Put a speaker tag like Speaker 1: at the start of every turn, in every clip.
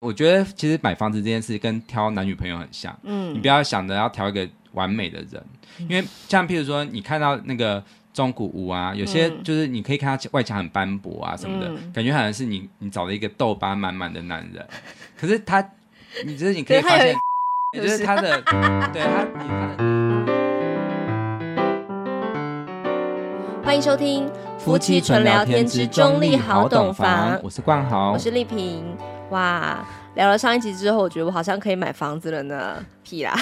Speaker 1: 我觉得其实买房子这件事跟挑男女朋友很像，
Speaker 2: 嗯，
Speaker 1: 你不要想着要挑一个完美的人，因为像譬如说你看到那个中古屋啊，有些
Speaker 2: 嗯
Speaker 1: 就是你可以看到外墙很斑驳啊什么的，
Speaker 2: 嗯
Speaker 1: 感觉好像是你你找了一个痘疤满满的男人，可是他，你就是你可以
Speaker 2: 可是他
Speaker 1: 发现
Speaker 2: 有，
Speaker 1: 也就是
Speaker 2: 就是
Speaker 1: 他 的，对他你他的
Speaker 2: 欢迎收听《
Speaker 1: 我是冠豪，
Speaker 2: 我是丽萍。哇，聊了上一集之后，我觉得我好像可以买房子了呢。屁啦，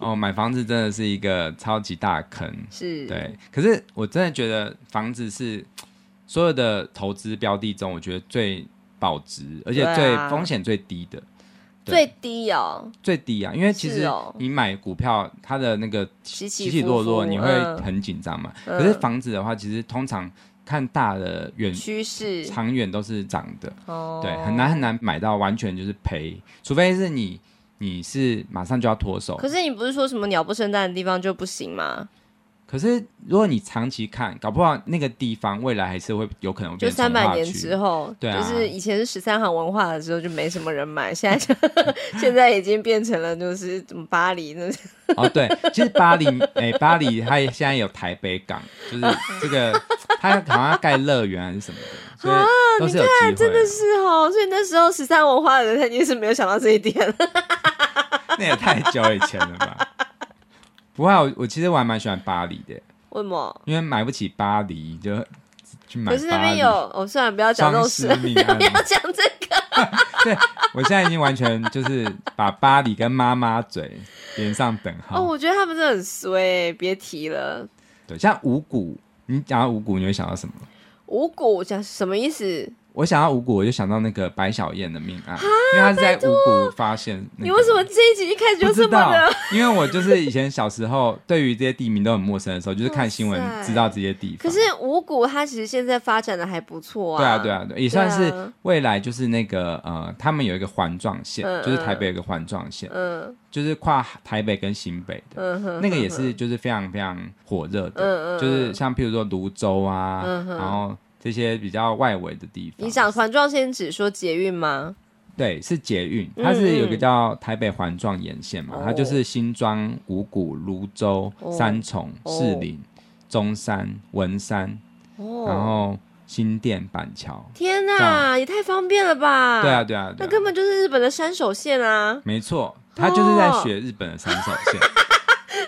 Speaker 1: 哦，买房子真的是一个超级大坑。
Speaker 2: 是，
Speaker 1: 对，可是我真的觉得房子是所有的投资标的中，我觉得最保值，而且
Speaker 2: 对啊
Speaker 1: 最风险最低的、
Speaker 2: 最低哦，
Speaker 1: 最低啊。因为其
Speaker 2: 是
Speaker 1: 实
Speaker 2: 哦
Speaker 1: 你买股票，它的那个
Speaker 2: 起起
Speaker 1: 起起落落，
Speaker 2: 伏伏
Speaker 1: 你会
Speaker 2: 嗯
Speaker 1: 很紧张嘛。
Speaker 2: 嗯
Speaker 1: 可是房子的话，其实通常看大的远
Speaker 2: 趋势
Speaker 1: 长远都是涨的，
Speaker 2: 哦，
Speaker 1: 对，很难。很难买到完全就是赔，除非是你你是马上就要脱手
Speaker 2: 可。是你不是说什么鸟不生蛋的地方就不行吗？
Speaker 1: 可是如果你长期看，搞不好那个地方未来还是会有可能会
Speaker 2: 就
Speaker 1: 变成
Speaker 2: 三百
Speaker 1: 化
Speaker 2: 年
Speaker 1: 区
Speaker 2: 之后，
Speaker 1: 对啊
Speaker 2: 就是以前是十三行文化的时候就没什么人买，现在 就现在已经变成了就是怎么巴黎那 种
Speaker 1: 哦，对，其实巴黎， 哎、巴黎它也现在有台北港，就是
Speaker 2: 哦
Speaker 1: 这个，它好像要盖乐园还是什么的，所
Speaker 2: 啊
Speaker 1: 以都是有机会。真的是，
Speaker 2: 是哦，所以那时候十三文化的人他一定是没有想到这一点了。
Speaker 1: 那也太久以前了吧？不会啊，我我其实我还蛮喜欢巴黎的，
Speaker 2: 为什么？
Speaker 1: 因为买不起巴黎就去买巴
Speaker 2: 可
Speaker 1: 黎。
Speaker 2: 是那边有，我、算了，不要讲这
Speaker 1: 双啊
Speaker 2: 种
Speaker 1: 尸
Speaker 2: 事，
Speaker 1: 命案
Speaker 2: 不，要讲这个。
Speaker 1: 对我现在已经完全就是把巴黎跟妈妈嘴连上等号。
Speaker 2: 哦，我觉得他们真的很衰、欸别提了。
Speaker 1: 对，像五谷，你讲到五谷，你会想到什么？
Speaker 2: 五谷讲什么意思？
Speaker 1: 我想到五谷，我就想到那个白小燕的命案，因为她是在五谷发现、那个
Speaker 2: 啊你为什么这一集一开始
Speaker 1: 不
Speaker 2: 就
Speaker 1: 知
Speaker 2: 这
Speaker 1: 道
Speaker 2: 么 的？？
Speaker 1: 因为我就是以前小时候对于这些地名都很陌生的时候，就是看新闻
Speaker 2: 哇塞
Speaker 1: 知道这些地方。
Speaker 2: 可是五谷它其实现在发展的还不错啊。
Speaker 1: 对啊，对啊，对，也算
Speaker 2: 对啊
Speaker 1: 是未来就是那个呃，他们有一个环状线，
Speaker 2: 嗯
Speaker 1: 就是台北有一个环状线，
Speaker 2: 嗯
Speaker 1: 就是跨台北跟新北的，
Speaker 2: 嗯哼，
Speaker 1: 那个也是就是非常非常火热的，
Speaker 2: 嗯嗯嗯
Speaker 1: 就是像譬如说泸州啊，
Speaker 2: 嗯哼
Speaker 1: 然后这些比较外围的地方。
Speaker 2: 你讲环状线只说捷运吗？
Speaker 1: 对，是捷运，
Speaker 2: 嗯
Speaker 1: 它是有个
Speaker 2: 嗯
Speaker 1: 叫台北环状沿线嘛，
Speaker 2: 哦
Speaker 1: 它就是新庄、五股、泸州、
Speaker 2: 哦
Speaker 1: 三重、
Speaker 2: 哦
Speaker 1: 士林、中山、文山，
Speaker 2: 哦，
Speaker 1: 然后新店、板桥。
Speaker 2: 天
Speaker 1: 这
Speaker 2: 哪，也太方便了吧？
Speaker 1: 对啊，，对啊，对
Speaker 2: 那
Speaker 1: 啊，
Speaker 2: 根本就是日本的山手线啊！
Speaker 1: 没错，它就是在学日本的三手线。
Speaker 2: 哦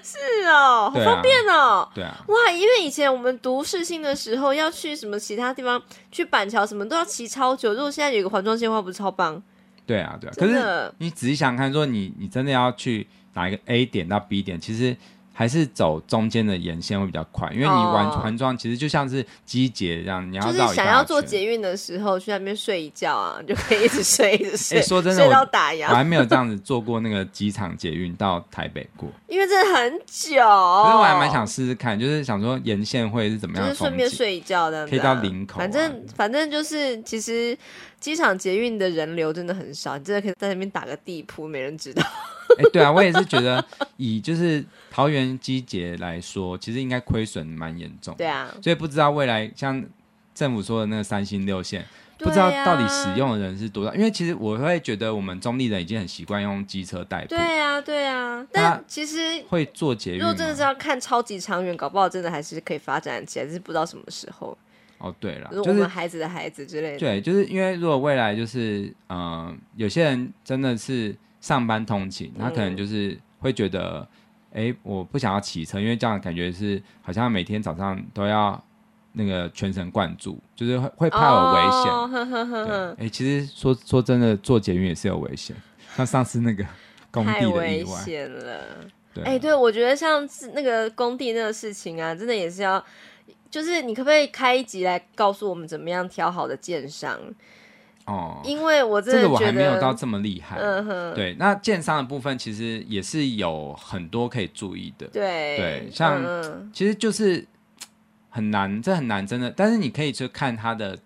Speaker 2: 是哦，好
Speaker 1: 对啊
Speaker 2: 方便哦。
Speaker 1: 对啊，
Speaker 2: 哇，因为以前我们读世新的时候，要去什么其他地方，去板桥什么都要骑超久。如果现在有一个环状线的话，不是超棒？
Speaker 1: 对啊，对啊。可
Speaker 2: 真
Speaker 1: 是
Speaker 2: 的，
Speaker 1: 你仔细想想看，说你你真的要去哪一个 A 点到 B 点，其实。还是走中间的沿线会比较快，因为你玩
Speaker 2: 哦
Speaker 1: 环状其实就像是机捷这样，你要
Speaker 2: 就是
Speaker 1: 绕一
Speaker 2: 想
Speaker 1: 大
Speaker 2: 要坐
Speaker 1: 圈
Speaker 2: 捷运的时候，去那边睡一觉啊，就可以一直睡，一直 睡，
Speaker 1: 哎说真的
Speaker 2: 睡
Speaker 1: 我
Speaker 2: 到打
Speaker 1: 我
Speaker 2: 烊，
Speaker 1: 还没有这样子坐过那个机场捷运到台北 过，
Speaker 2: 因为真的很久。
Speaker 1: 可
Speaker 2: 可
Speaker 1: 是我还蛮想试试看，就是想说沿线会是怎么
Speaker 2: 哦就
Speaker 1: 样的
Speaker 2: 是顺
Speaker 1: 风
Speaker 2: 便
Speaker 1: 景。
Speaker 2: 睡一觉的、啊，
Speaker 1: 可以到林口啊
Speaker 2: 反正反正就是，其实机场捷运的人流真的很少，你真的可以在那边打个地铺，没人知道。
Speaker 1: 哎、对啊，我也是觉得以就是桃园机捷来说，其实应该亏损蛮严重。
Speaker 2: 对，啊，
Speaker 1: 所以不知道未来像政府说的那个三星六线，
Speaker 2: 对啊
Speaker 1: 不知道到底使。用的人是多少。因为其实我会觉得我们中立人已经很习惯用机车代步
Speaker 2: 对，啊，对啊，
Speaker 1: 那
Speaker 2: 但其实
Speaker 1: 会坐捷运
Speaker 2: 如果真的
Speaker 1: 吗。
Speaker 2: 是要看超级长远，搞不好真的还是可以发展起来，只是不知道什么时候，
Speaker 1: 哦，对了
Speaker 2: 比，如我
Speaker 1: 就是
Speaker 2: 们孩子的孩子之类的。
Speaker 1: 对，就是因为如果未来就是嗯、呃有些人真的是上班通勤，他可能
Speaker 2: 嗯
Speaker 1: 就是会觉得，哎、我不想要骑车，因为这样感觉是好像每天早上都要那个全神贯注，就是会会怕有危险。
Speaker 2: 哦呵呵呵
Speaker 1: 对，哎
Speaker 2: 呵、
Speaker 1: 其实说说真的，坐捷运也是有危险，像上次那 个工
Speaker 2: 太
Speaker 1: 地的意
Speaker 2: 危
Speaker 1: 外，
Speaker 2: 险了。
Speaker 1: 对啊，
Speaker 2: 哎、对，我觉得像是那个工地那个事情啊，真的也是要，就是你可不可以开一集来告诉我们怎么样挑好的建商？
Speaker 1: 哦，
Speaker 2: 因为我真
Speaker 1: 这
Speaker 2: 的
Speaker 1: 个我
Speaker 2: 觉
Speaker 1: 还没有
Speaker 2: 得，
Speaker 1: 到这么厉害。
Speaker 2: 嗯哼，
Speaker 1: 对，那建商的部分其实也是有很多可以注意的。
Speaker 2: 对
Speaker 1: 对像
Speaker 2: 嗯
Speaker 1: 其实就是很难，这很难，真的。但是你可以去看他的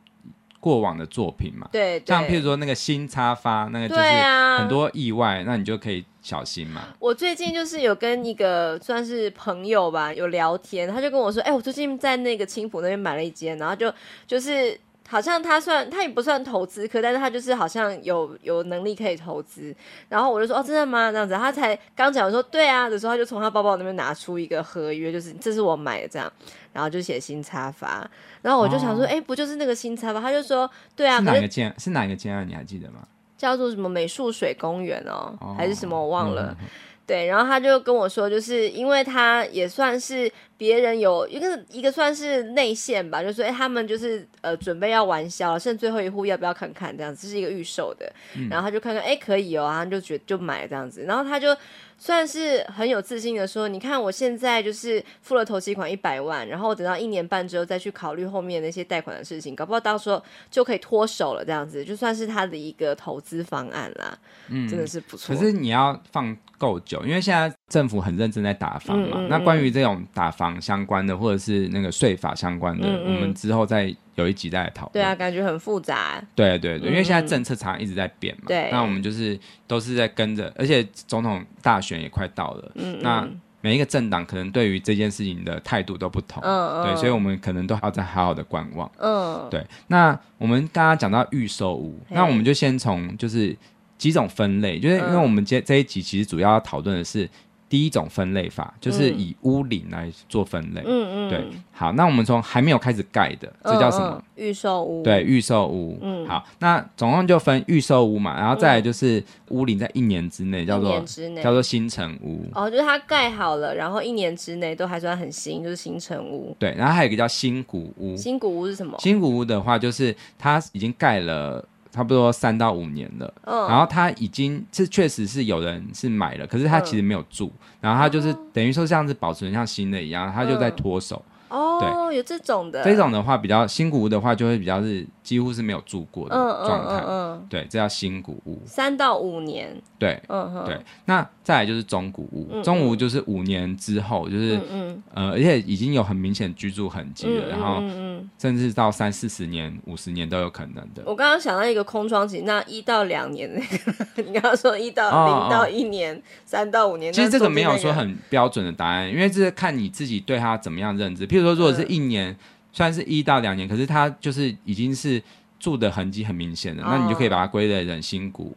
Speaker 1: 过往的作品嘛，
Speaker 2: 对，
Speaker 1: 像
Speaker 2: 对
Speaker 1: 譬如说那个新插发，那个就
Speaker 2: 对
Speaker 1: 是
Speaker 2: 啊，
Speaker 1: 很多意外，那你就可以小心嘛。
Speaker 2: 我最近就是有跟一个算是朋友吧，有聊天，他就跟我说，哎、我最近在那个青浦那边买了一间，然后就就是。好像他算他也不算投资客，但是他就是好像有有能力可以投资。然后我就说哦，真的吗？这样子，他才刚讲完说对啊的时候，他就从他包包那边拿出一个合约，就是这是我买的这样，然后就写新插发。然后我就想说，
Speaker 1: 哦
Speaker 2: 哎、不就是那个新插发？他就说对啊，
Speaker 1: 是
Speaker 2: 可
Speaker 1: 哪
Speaker 2: 是
Speaker 1: 个建是哪一个建案？你还记得吗？
Speaker 2: 叫做什么美术水公园哦，
Speaker 1: 哦
Speaker 2: 还是什么我忘了。
Speaker 1: 嗯
Speaker 2: 对，然后他就跟我说，就是因为他也算是别人有一个一个算是内线吧，就说哎，他们就是呃准备要完销了，剩最后一户要不要看看这样子，这是一个预售的，
Speaker 1: 嗯
Speaker 2: 然后他就看看哎可以哦，然后就觉就买了这样子，然后他就算是很有自信的说，你看我现在就是付了头期款一百万，然后我等到一年半之后再去考虑后面那些贷款的事情，搞不好到时候就可以脱手了这样子，就算是他的一个投资方案啦，
Speaker 1: 嗯
Speaker 2: 真的是不错。
Speaker 1: 可是你要放够久，因为现在政府很认真在打房嘛。
Speaker 2: 嗯嗯
Speaker 1: 那关于这种打房相关的，或者是那个税法相关的，
Speaker 2: 嗯嗯
Speaker 1: 我们之后再有一集再来讨论。
Speaker 2: 对啊，，感觉很复杂。
Speaker 1: 对对对，
Speaker 2: 嗯
Speaker 1: 因为现在政策常常一直在变嘛。
Speaker 2: 对
Speaker 1: 那我们就是都是在跟着，而且总统大选也快到了，
Speaker 2: 嗯，
Speaker 1: 那
Speaker 2: 嗯
Speaker 1: 每一个政党可能对于这件事情的态度都不同。
Speaker 2: 嗯
Speaker 1: 对，
Speaker 2: 嗯
Speaker 1: 所以我们可能都还要再好好的观望。
Speaker 2: 嗯，
Speaker 1: 对，那我们刚刚讲到预售屋，
Speaker 2: 嘿
Speaker 1: 那我们就先从就是几种分类，就是因为
Speaker 2: 嗯
Speaker 1: 我们这这一集其实主要要讨论的是第一种分类法，就是
Speaker 2: 嗯
Speaker 1: 以屋龄来做分类。
Speaker 2: 嗯嗯，
Speaker 1: 对，好，那我们从还没有开始盖的，
Speaker 2: 嗯，
Speaker 1: 这叫什么？
Speaker 2: 嗯？预售屋。
Speaker 1: 对，，预售屋。
Speaker 2: 嗯
Speaker 1: 好，那总共就分预售屋嘛，然后再来就是屋龄在一年之内叫
Speaker 2: 嗯一
Speaker 1: 做
Speaker 2: 年之内
Speaker 1: 叫。做新城屋。
Speaker 2: 哦，就是它盖好了，然后一年之内都还算很新，就是新城屋。
Speaker 1: 对，然后还有一个叫新古屋。
Speaker 2: 新古屋是什么？
Speaker 1: 新古屋的话，就是它已经盖了差不多三到五年了。
Speaker 2: 嗯，
Speaker 1: 然后他已经是确实是有人是买了，可是
Speaker 2: 嗯
Speaker 1: 他其实没有住，然后他就是等于说像是保存像新的一样，他就在脱手。
Speaker 2: 哦，有这种的，
Speaker 1: 这种的话比较新古屋的话，就会比较是几乎是没有住过的
Speaker 2: 嗯嗯
Speaker 1: 状态。
Speaker 2: 嗯嗯，
Speaker 1: 对，这叫新古屋。
Speaker 2: 三到五年，
Speaker 1: 对
Speaker 2: 嗯哼，
Speaker 1: 对，那再来就是中古屋，
Speaker 2: 嗯
Speaker 1: 中古屋就是五年之后，就是、
Speaker 2: 嗯嗯，
Speaker 1: 呃，而且已经有很明显居住痕迹了，
Speaker 2: 嗯
Speaker 1: 然后
Speaker 2: 嗯嗯嗯，
Speaker 1: 甚至到三四十年、五十年都有可能的。
Speaker 2: 我刚刚想到一个空窗期，那一到两年那个， 你刚刚说一到
Speaker 1: 哦
Speaker 2: 零
Speaker 1: 哦
Speaker 2: 到一年，三到五年，
Speaker 1: 其实
Speaker 2: 那
Speaker 1: 这个
Speaker 2: 中
Speaker 1: 没
Speaker 2: 间
Speaker 1: 有
Speaker 2: 那
Speaker 1: 说
Speaker 2: 个
Speaker 1: 很标准的答案，因为这是看你自己对它怎么样认知。譬如说，如果是一年，虽然是一到两年，可是它就是已经是住的痕迹很明显的，
Speaker 2: 哦
Speaker 1: 那你就可以把它归类成新古屋。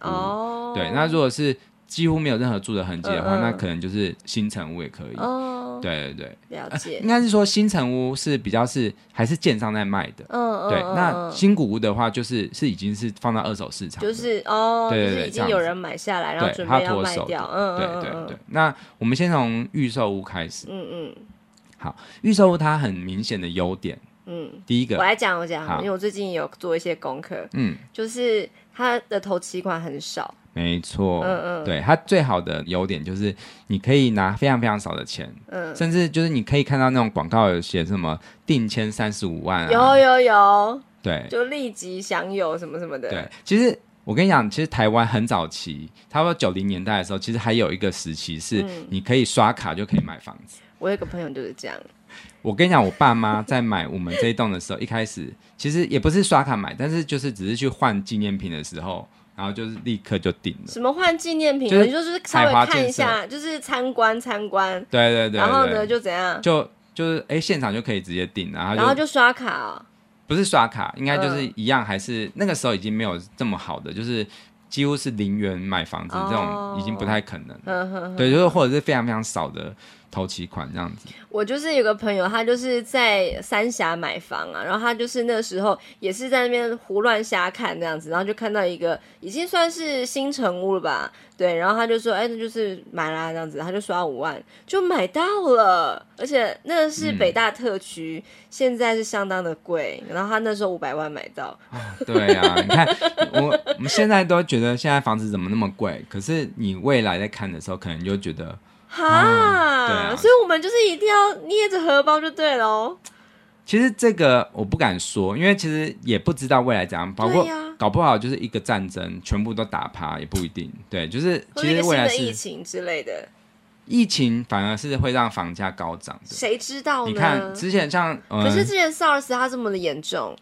Speaker 1: 嗯
Speaker 2: 哦，
Speaker 1: 对，那如果是几乎没有任何住的痕迹的话，
Speaker 2: 嗯嗯
Speaker 1: 那可能就是新城屋也可以。
Speaker 2: 哦，
Speaker 1: 对对对，
Speaker 2: 了
Speaker 1: 呃
Speaker 2: 解
Speaker 1: 应，该是说新城屋是比较是还是建商在卖的。
Speaker 2: 嗯嗯，
Speaker 1: 对，
Speaker 2: 嗯
Speaker 1: 那
Speaker 2: 嗯
Speaker 1: 新古屋的话，就是是已经是放到二手市场的，
Speaker 2: 就是哦，
Speaker 1: 对对
Speaker 2: 就
Speaker 1: 对
Speaker 2: 是
Speaker 1: 这
Speaker 2: 已经
Speaker 1: 样
Speaker 2: 有
Speaker 1: 子
Speaker 2: 人买下来，然后
Speaker 1: 对，
Speaker 2: 准
Speaker 1: 它
Speaker 2: 备要
Speaker 1: 脱
Speaker 2: 卖
Speaker 1: 手
Speaker 2: 掉，
Speaker 1: 的。
Speaker 2: 嗯，
Speaker 1: 对
Speaker 2: 嗯
Speaker 1: 对对，，那我们先从预售屋开始。
Speaker 2: 嗯嗯
Speaker 1: 预售屋它很明显的优点，
Speaker 2: 嗯
Speaker 1: 第一
Speaker 2: 嗯，我
Speaker 1: 个，
Speaker 2: 来讲我讲好了，
Speaker 1: 好
Speaker 2: 因为我最近也有做一些功课，
Speaker 1: 嗯，
Speaker 2: 就是它的头期款很少，
Speaker 1: 没错，
Speaker 2: 嗯嗯
Speaker 1: 对它最好的优点就是你可以拿非常非常少的钱，
Speaker 2: 嗯，
Speaker 1: 甚至就是你可以看到那种广告有写什么定签三十五万
Speaker 2: 有
Speaker 1: 啊，
Speaker 2: 有有，
Speaker 1: 对
Speaker 2: 就立即享有什么什么的，
Speaker 1: 对，其实。我跟你讲，其实台湾很早期，差不多九零年代的时候，其实还有一个时期是
Speaker 2: 嗯
Speaker 1: 你可以刷卡就可以买房子。
Speaker 2: 我有个朋友就是这样，
Speaker 1: 我跟你讲，我爸妈在买我们这一栋的时候，一开始其实也不是刷卡买，但是就是只是去换纪念品的时候，然后就是立刻就定了。
Speaker 2: 什么换纪念品，
Speaker 1: 就是
Speaker 2: 你就是稍微
Speaker 1: 采花
Speaker 2: 看一
Speaker 1: 建设
Speaker 2: 下，就是参观参观，
Speaker 1: 对对对对
Speaker 2: 然后呢就怎样，
Speaker 1: 就就是哎、现场就可以直接订，然后就
Speaker 2: 然后就刷卡哦，
Speaker 1: 不是刷卡，应该就是
Speaker 2: 嗯
Speaker 1: 一样，还是、那个时候已经没有这么好的，就是几乎是零元买房子、
Speaker 2: 哦
Speaker 1: 这种已经不太可能了。
Speaker 2: 嗯哼哼。
Speaker 1: 对，就是或者是非常非常少的头期款这样 子。
Speaker 2: 我就是有个朋友，他就是在三峡买房啊，然后他就是那时候也是在那边胡乱瞎看这样子，然后就看到一个已经算是新城屋了吧，对，然后他就说，哎，那就是买啦这样子，他就刷五万就买到了，而且那
Speaker 1: 嗯
Speaker 2: 是北大特区，现在是相当的贵，然后他那时候五百万买到，
Speaker 1: 对啊，你看我我们现在都觉得现在房子怎么那么贵，可是你未来在看的时候，可能就觉得
Speaker 2: 哈，
Speaker 1: 对啊
Speaker 2: 所以我们就是一定要捏着荷包就对喽，
Speaker 1: 其实这个我不敢说，因为其实也不知道未来怎样，包括、
Speaker 2: 对呀
Speaker 1: 搞不好就是一个战争，全部都打趴也不一定。对，就是
Speaker 2: 或
Speaker 1: 其
Speaker 2: 者一
Speaker 1: 实
Speaker 2: 个
Speaker 1: 未
Speaker 2: 新
Speaker 1: 来
Speaker 2: 的
Speaker 1: 是
Speaker 2: 疫情之类的，
Speaker 1: 疫情反而是会让房价高涨的。
Speaker 2: 谁知道呢？
Speaker 1: 你看之前像，嗯、
Speaker 2: 哦啊可是之前 SARS 它这么的严重，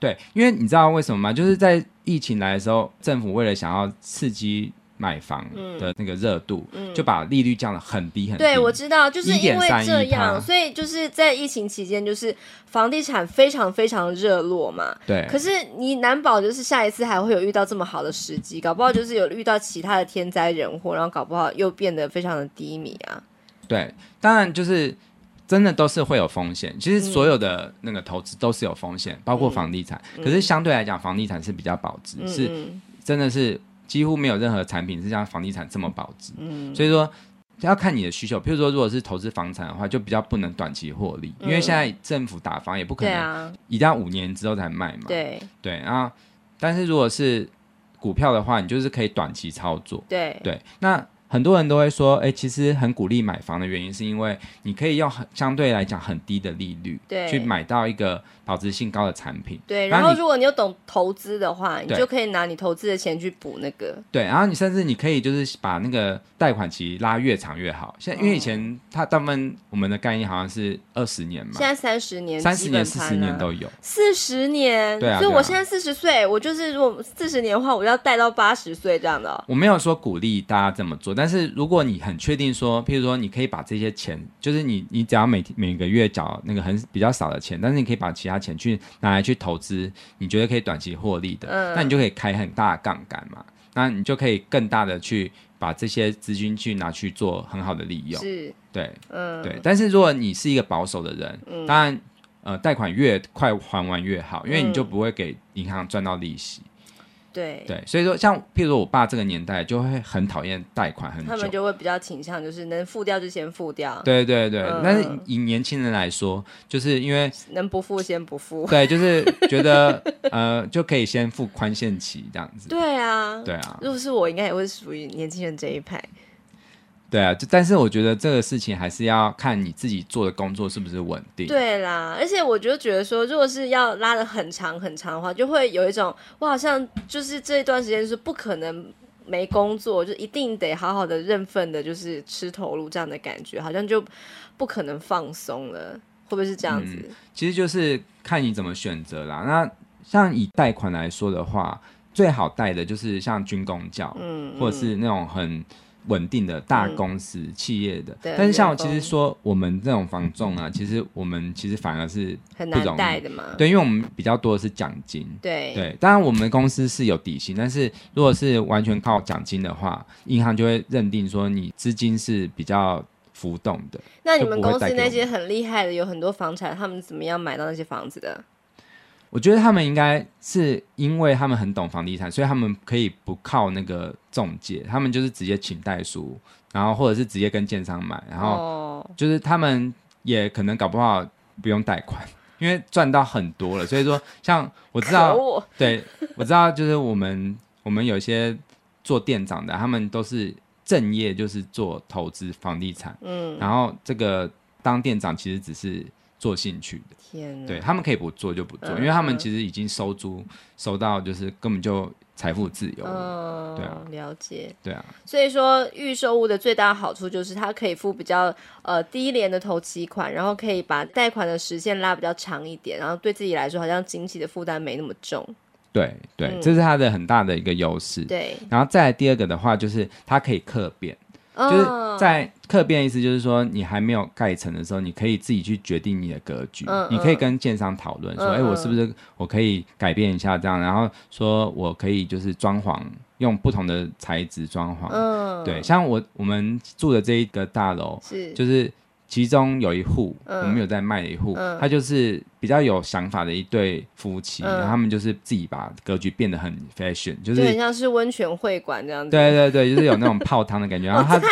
Speaker 1: 对，因为你知道为什么吗？就是在疫情来的时候，政府为了想要刺激卖房的那个热度，就把利率降得很低很低。
Speaker 2: 嗯对，我知道，就是因为这样，
Speaker 1: 1.31%
Speaker 2: 所以就是在疫情期间，就是房地产非常非常热络嘛。
Speaker 1: 对
Speaker 2: 可是你难保就是下一次还会有遇到这么好的时机，搞不好就是有遇到其他的天灾人祸，然后搞不好又变得非常的低迷啊。
Speaker 1: 对，当然就是真的都是会有风
Speaker 2: 嗯
Speaker 1: 险。其实所有的那个投资都是有风险，包括房地产。可是相对来讲，房地产是比较保值，
Speaker 2: 嗯
Speaker 1: 是
Speaker 2: 嗯
Speaker 1: 真的是几乎没有任何产品是像房地产这么保值。
Speaker 2: 嗯
Speaker 1: 所以说。要看你的需求，譬如说，如果是投资房产的话，就比较不能短期获利，因为现在政府打房也不可
Speaker 2: 对
Speaker 1: 能
Speaker 2: 啊，
Speaker 1: 一定要五年之后才卖嘛。
Speaker 2: 对
Speaker 1: 对，然后但是如果是股票的话，你就是可以短期操作。
Speaker 2: 对
Speaker 1: 对，那很多人都会说，哎，其实很鼓励买房的原因，是因为你可以用很相对来讲很低的利率，
Speaker 2: 对
Speaker 1: 去买到一个保值性高的产品。
Speaker 2: 对。
Speaker 1: 然
Speaker 2: 然
Speaker 1: 后
Speaker 2: 后
Speaker 1: 你
Speaker 2: 如果你有懂投资的话，你
Speaker 1: 对
Speaker 2: 就可以拿你投资的钱去补那个。
Speaker 1: 对，然后你甚至你可以就是把那个贷款期拉越长越好。现在
Speaker 2: 哦
Speaker 1: 因为以前它大部分我们的概念好像是二十年嘛
Speaker 2: 现，在三十年、
Speaker 1: 三十年、
Speaker 2: 基
Speaker 1: 四
Speaker 2: 本盘啊
Speaker 1: 十年都有。
Speaker 2: 四十年，
Speaker 1: 对啊
Speaker 2: 所以
Speaker 1: 对啊
Speaker 2: 我现在四十岁，我就是如果四十年的话，我要贷到八十岁这样的哦、
Speaker 1: 我没有说鼓励大家这么做，但是如果你很确定说，譬如说你可以把这些钱，就是你你只要每每个月缴那个很比较少的钱，但是你可以把其他钱去拿来去投资，你觉得可以短期获利的，
Speaker 2: 嗯
Speaker 1: 那你就可以开很大的杠杆嘛，那你就可以更大的去把这些资金去拿去做很好的利用，
Speaker 2: 是，
Speaker 1: 对
Speaker 2: 嗯，
Speaker 1: 对。但是如果你是一个保守的人，当然呃贷款越快还完越好，因为你就
Speaker 2: 嗯
Speaker 1: 不会给银行赚到利息。
Speaker 2: 对，
Speaker 1: 对，所以说像譬如说我爸这个年代就会很讨厌贷款很
Speaker 2: 他们
Speaker 1: 久。
Speaker 2: 就会比较倾向就是能付掉就先付掉，
Speaker 1: 对对对，
Speaker 2: 嗯
Speaker 1: 但是以年轻人来说，就是因 为
Speaker 2: 能不付先不付。
Speaker 1: 对，就是觉得 呃就可以先付宽限期这样子。
Speaker 2: 对啊，
Speaker 1: 对啊，
Speaker 2: 如果是我，应该也会属于年轻人这一派。
Speaker 1: 对啊，就但是我觉得这个事情还是要看你自己做的工作是不是稳定。
Speaker 2: 对啦，而且我就觉得说，如果是要拉的很长很长的话，就会有一种我好像就是这一段时间是不可能没工作，就一定得好好的认份的，就是吃投入这样的感觉，好像就不可能放松了，会不会是这样子？
Speaker 1: 其实就是看你怎么选择啦。那像以贷款来说的话，最好贷的就是像军工教，
Speaker 2: 嗯，嗯
Speaker 1: 或者是那种很稳定的大公司、企业的。
Speaker 2: 嗯对嗯
Speaker 1: 但是像我
Speaker 2: 员
Speaker 1: 其
Speaker 2: 工
Speaker 1: 实说我们这种房仲啊，其实我们其实反而是
Speaker 2: 很
Speaker 1: 不容
Speaker 2: 难
Speaker 1: 易
Speaker 2: 带的嘛。
Speaker 1: 对，因为我们比较多的是奖金。
Speaker 2: 对
Speaker 1: 对，当然我们公司是有底薪，但是如果是完全靠奖金的话，银行就会认定说你资金是比较浮动的。
Speaker 2: 那你
Speaker 1: 就
Speaker 2: 们
Speaker 1: 不会
Speaker 2: 公
Speaker 1: 带
Speaker 2: 司
Speaker 1: 给
Speaker 2: 那
Speaker 1: 我
Speaker 2: 些很厉害的，有很多房产，他们怎么样买到那些房子的？
Speaker 1: 我觉得他们应该是因为他们很懂房地产，所以他们可以不靠那个中介，他们就是直接请代书，然后或者是直接跟建商买，然后
Speaker 2: 哦，
Speaker 1: 就是他们也可能搞不好不用贷款，因为赚到很多了。所以说，像我知
Speaker 2: 可
Speaker 1: 道，
Speaker 2: 恶
Speaker 1: 对我知道，就是我们我们有一些做店长的，他们都是正业，就是做投资房地产，
Speaker 2: 嗯，
Speaker 1: 然后这个当店长其实只是做兴趣的，
Speaker 2: 天哪，
Speaker 1: 对他们可以不做就不做，
Speaker 2: 嗯
Speaker 1: 因为他们
Speaker 2: 嗯
Speaker 1: 其实已经收租收到就是根本就财富自由了，
Speaker 2: 哦，
Speaker 1: 对啊
Speaker 2: 了解。
Speaker 1: 对啊，
Speaker 2: 所以说，预售屋的最大好处就是它可以付比较呃低廉的头期款，然后可以把贷款的时限拉比较长一点，然后对自己来说好像经济的负担没那么重。
Speaker 1: 对对，
Speaker 2: 嗯
Speaker 1: 这是他的很大的一个优势。
Speaker 2: 对，
Speaker 1: 然后再来第二个的话，就是它可以客变。就是
Speaker 2: 嗯
Speaker 1: 在客变，意思就是说你还没有盖成的时候，你可以自己去决定你的格局，
Speaker 2: 嗯
Speaker 1: 你可以跟建商讨论说，
Speaker 2: 嗯
Speaker 1: 哎、我是不是我可以改变一下这样，然后说我可以就是装潢用不同的材质装潢，
Speaker 2: 嗯，
Speaker 1: 对，像我我们住的这一个大楼，
Speaker 2: 是
Speaker 1: 就是其中有一户，
Speaker 2: 嗯
Speaker 1: 我们有在卖一户，
Speaker 2: 嗯
Speaker 1: 他就是比较有想法的一对夫妻，
Speaker 2: 嗯
Speaker 1: 然后他们就是自己把格局变得很 fashion，就是
Speaker 2: 就很像是温泉会馆这样子。
Speaker 1: 对对对，就是有那种泡汤的感觉。然后他，
Speaker 2: 啊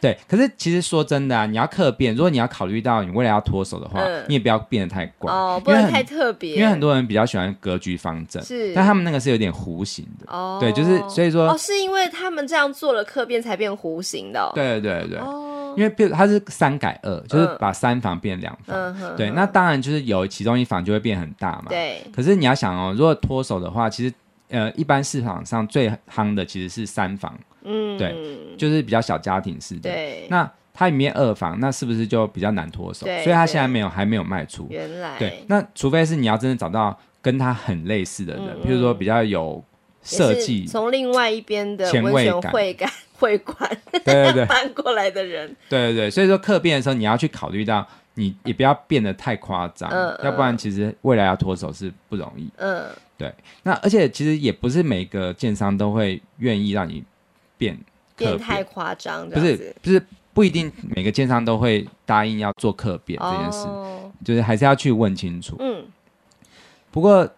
Speaker 1: 对，可是其实说真的啊，你要客变，如果你要考虑到你未来要脱手的话，
Speaker 2: 嗯
Speaker 1: 你也不要变得太怪，
Speaker 2: 哦，不
Speaker 1: 因为
Speaker 2: 能
Speaker 1: 很
Speaker 2: 太特别，
Speaker 1: 因为很多人比较喜欢格局方正，
Speaker 2: 是
Speaker 1: 但他们那个是有点弧形的，
Speaker 2: 哦，
Speaker 1: 对，就是所以说，
Speaker 2: 哦，是因为他们这样做了客变才变弧形的、哦，
Speaker 1: 对对对，
Speaker 2: 哦，
Speaker 1: 因为变它是三改二，就是
Speaker 2: 嗯
Speaker 1: 把三房变两房，
Speaker 2: 嗯哼，
Speaker 1: 对，那当然就是有其中一房就会变很大嘛，
Speaker 2: 对
Speaker 1: 可是你要想哦，如果脱手的话，其实呃，一般市场上最夯的其实是三房，
Speaker 2: 嗯，
Speaker 1: 对就是比较小家庭式的，
Speaker 2: 对，
Speaker 1: 那它里面二房，那是不是就比较难脱手？
Speaker 2: 对
Speaker 1: 所以它现在没有还没有卖出。
Speaker 2: 原来
Speaker 1: 对，那除非是你要真的找到跟他很类似的人，
Speaker 2: 嗯
Speaker 1: 譬如说比较有设
Speaker 2: 也
Speaker 1: 计
Speaker 2: 是，从另外一边的
Speaker 1: 前卫
Speaker 2: 温泉
Speaker 1: 感
Speaker 2: 会感 会馆
Speaker 1: 对对对
Speaker 2: 搬过来的人，
Speaker 1: 对对对，所以说客变的时候，你要去考虑到，你也不要变得太夸张，
Speaker 2: 嗯嗯
Speaker 1: 要不然其实未来要脱手是不容易。
Speaker 2: 嗯，
Speaker 1: 那而且其实也不是每个建商都会愿意让你变客
Speaker 2: 变
Speaker 1: 变，
Speaker 2: 态夸张这
Speaker 1: 不
Speaker 2: 样
Speaker 1: 是
Speaker 2: 子。
Speaker 1: 不是不一定每个建商都会答应要做客变这件事，
Speaker 2: 哦，
Speaker 1: 就是还是要去问清楚。
Speaker 2: 嗯
Speaker 1: 不过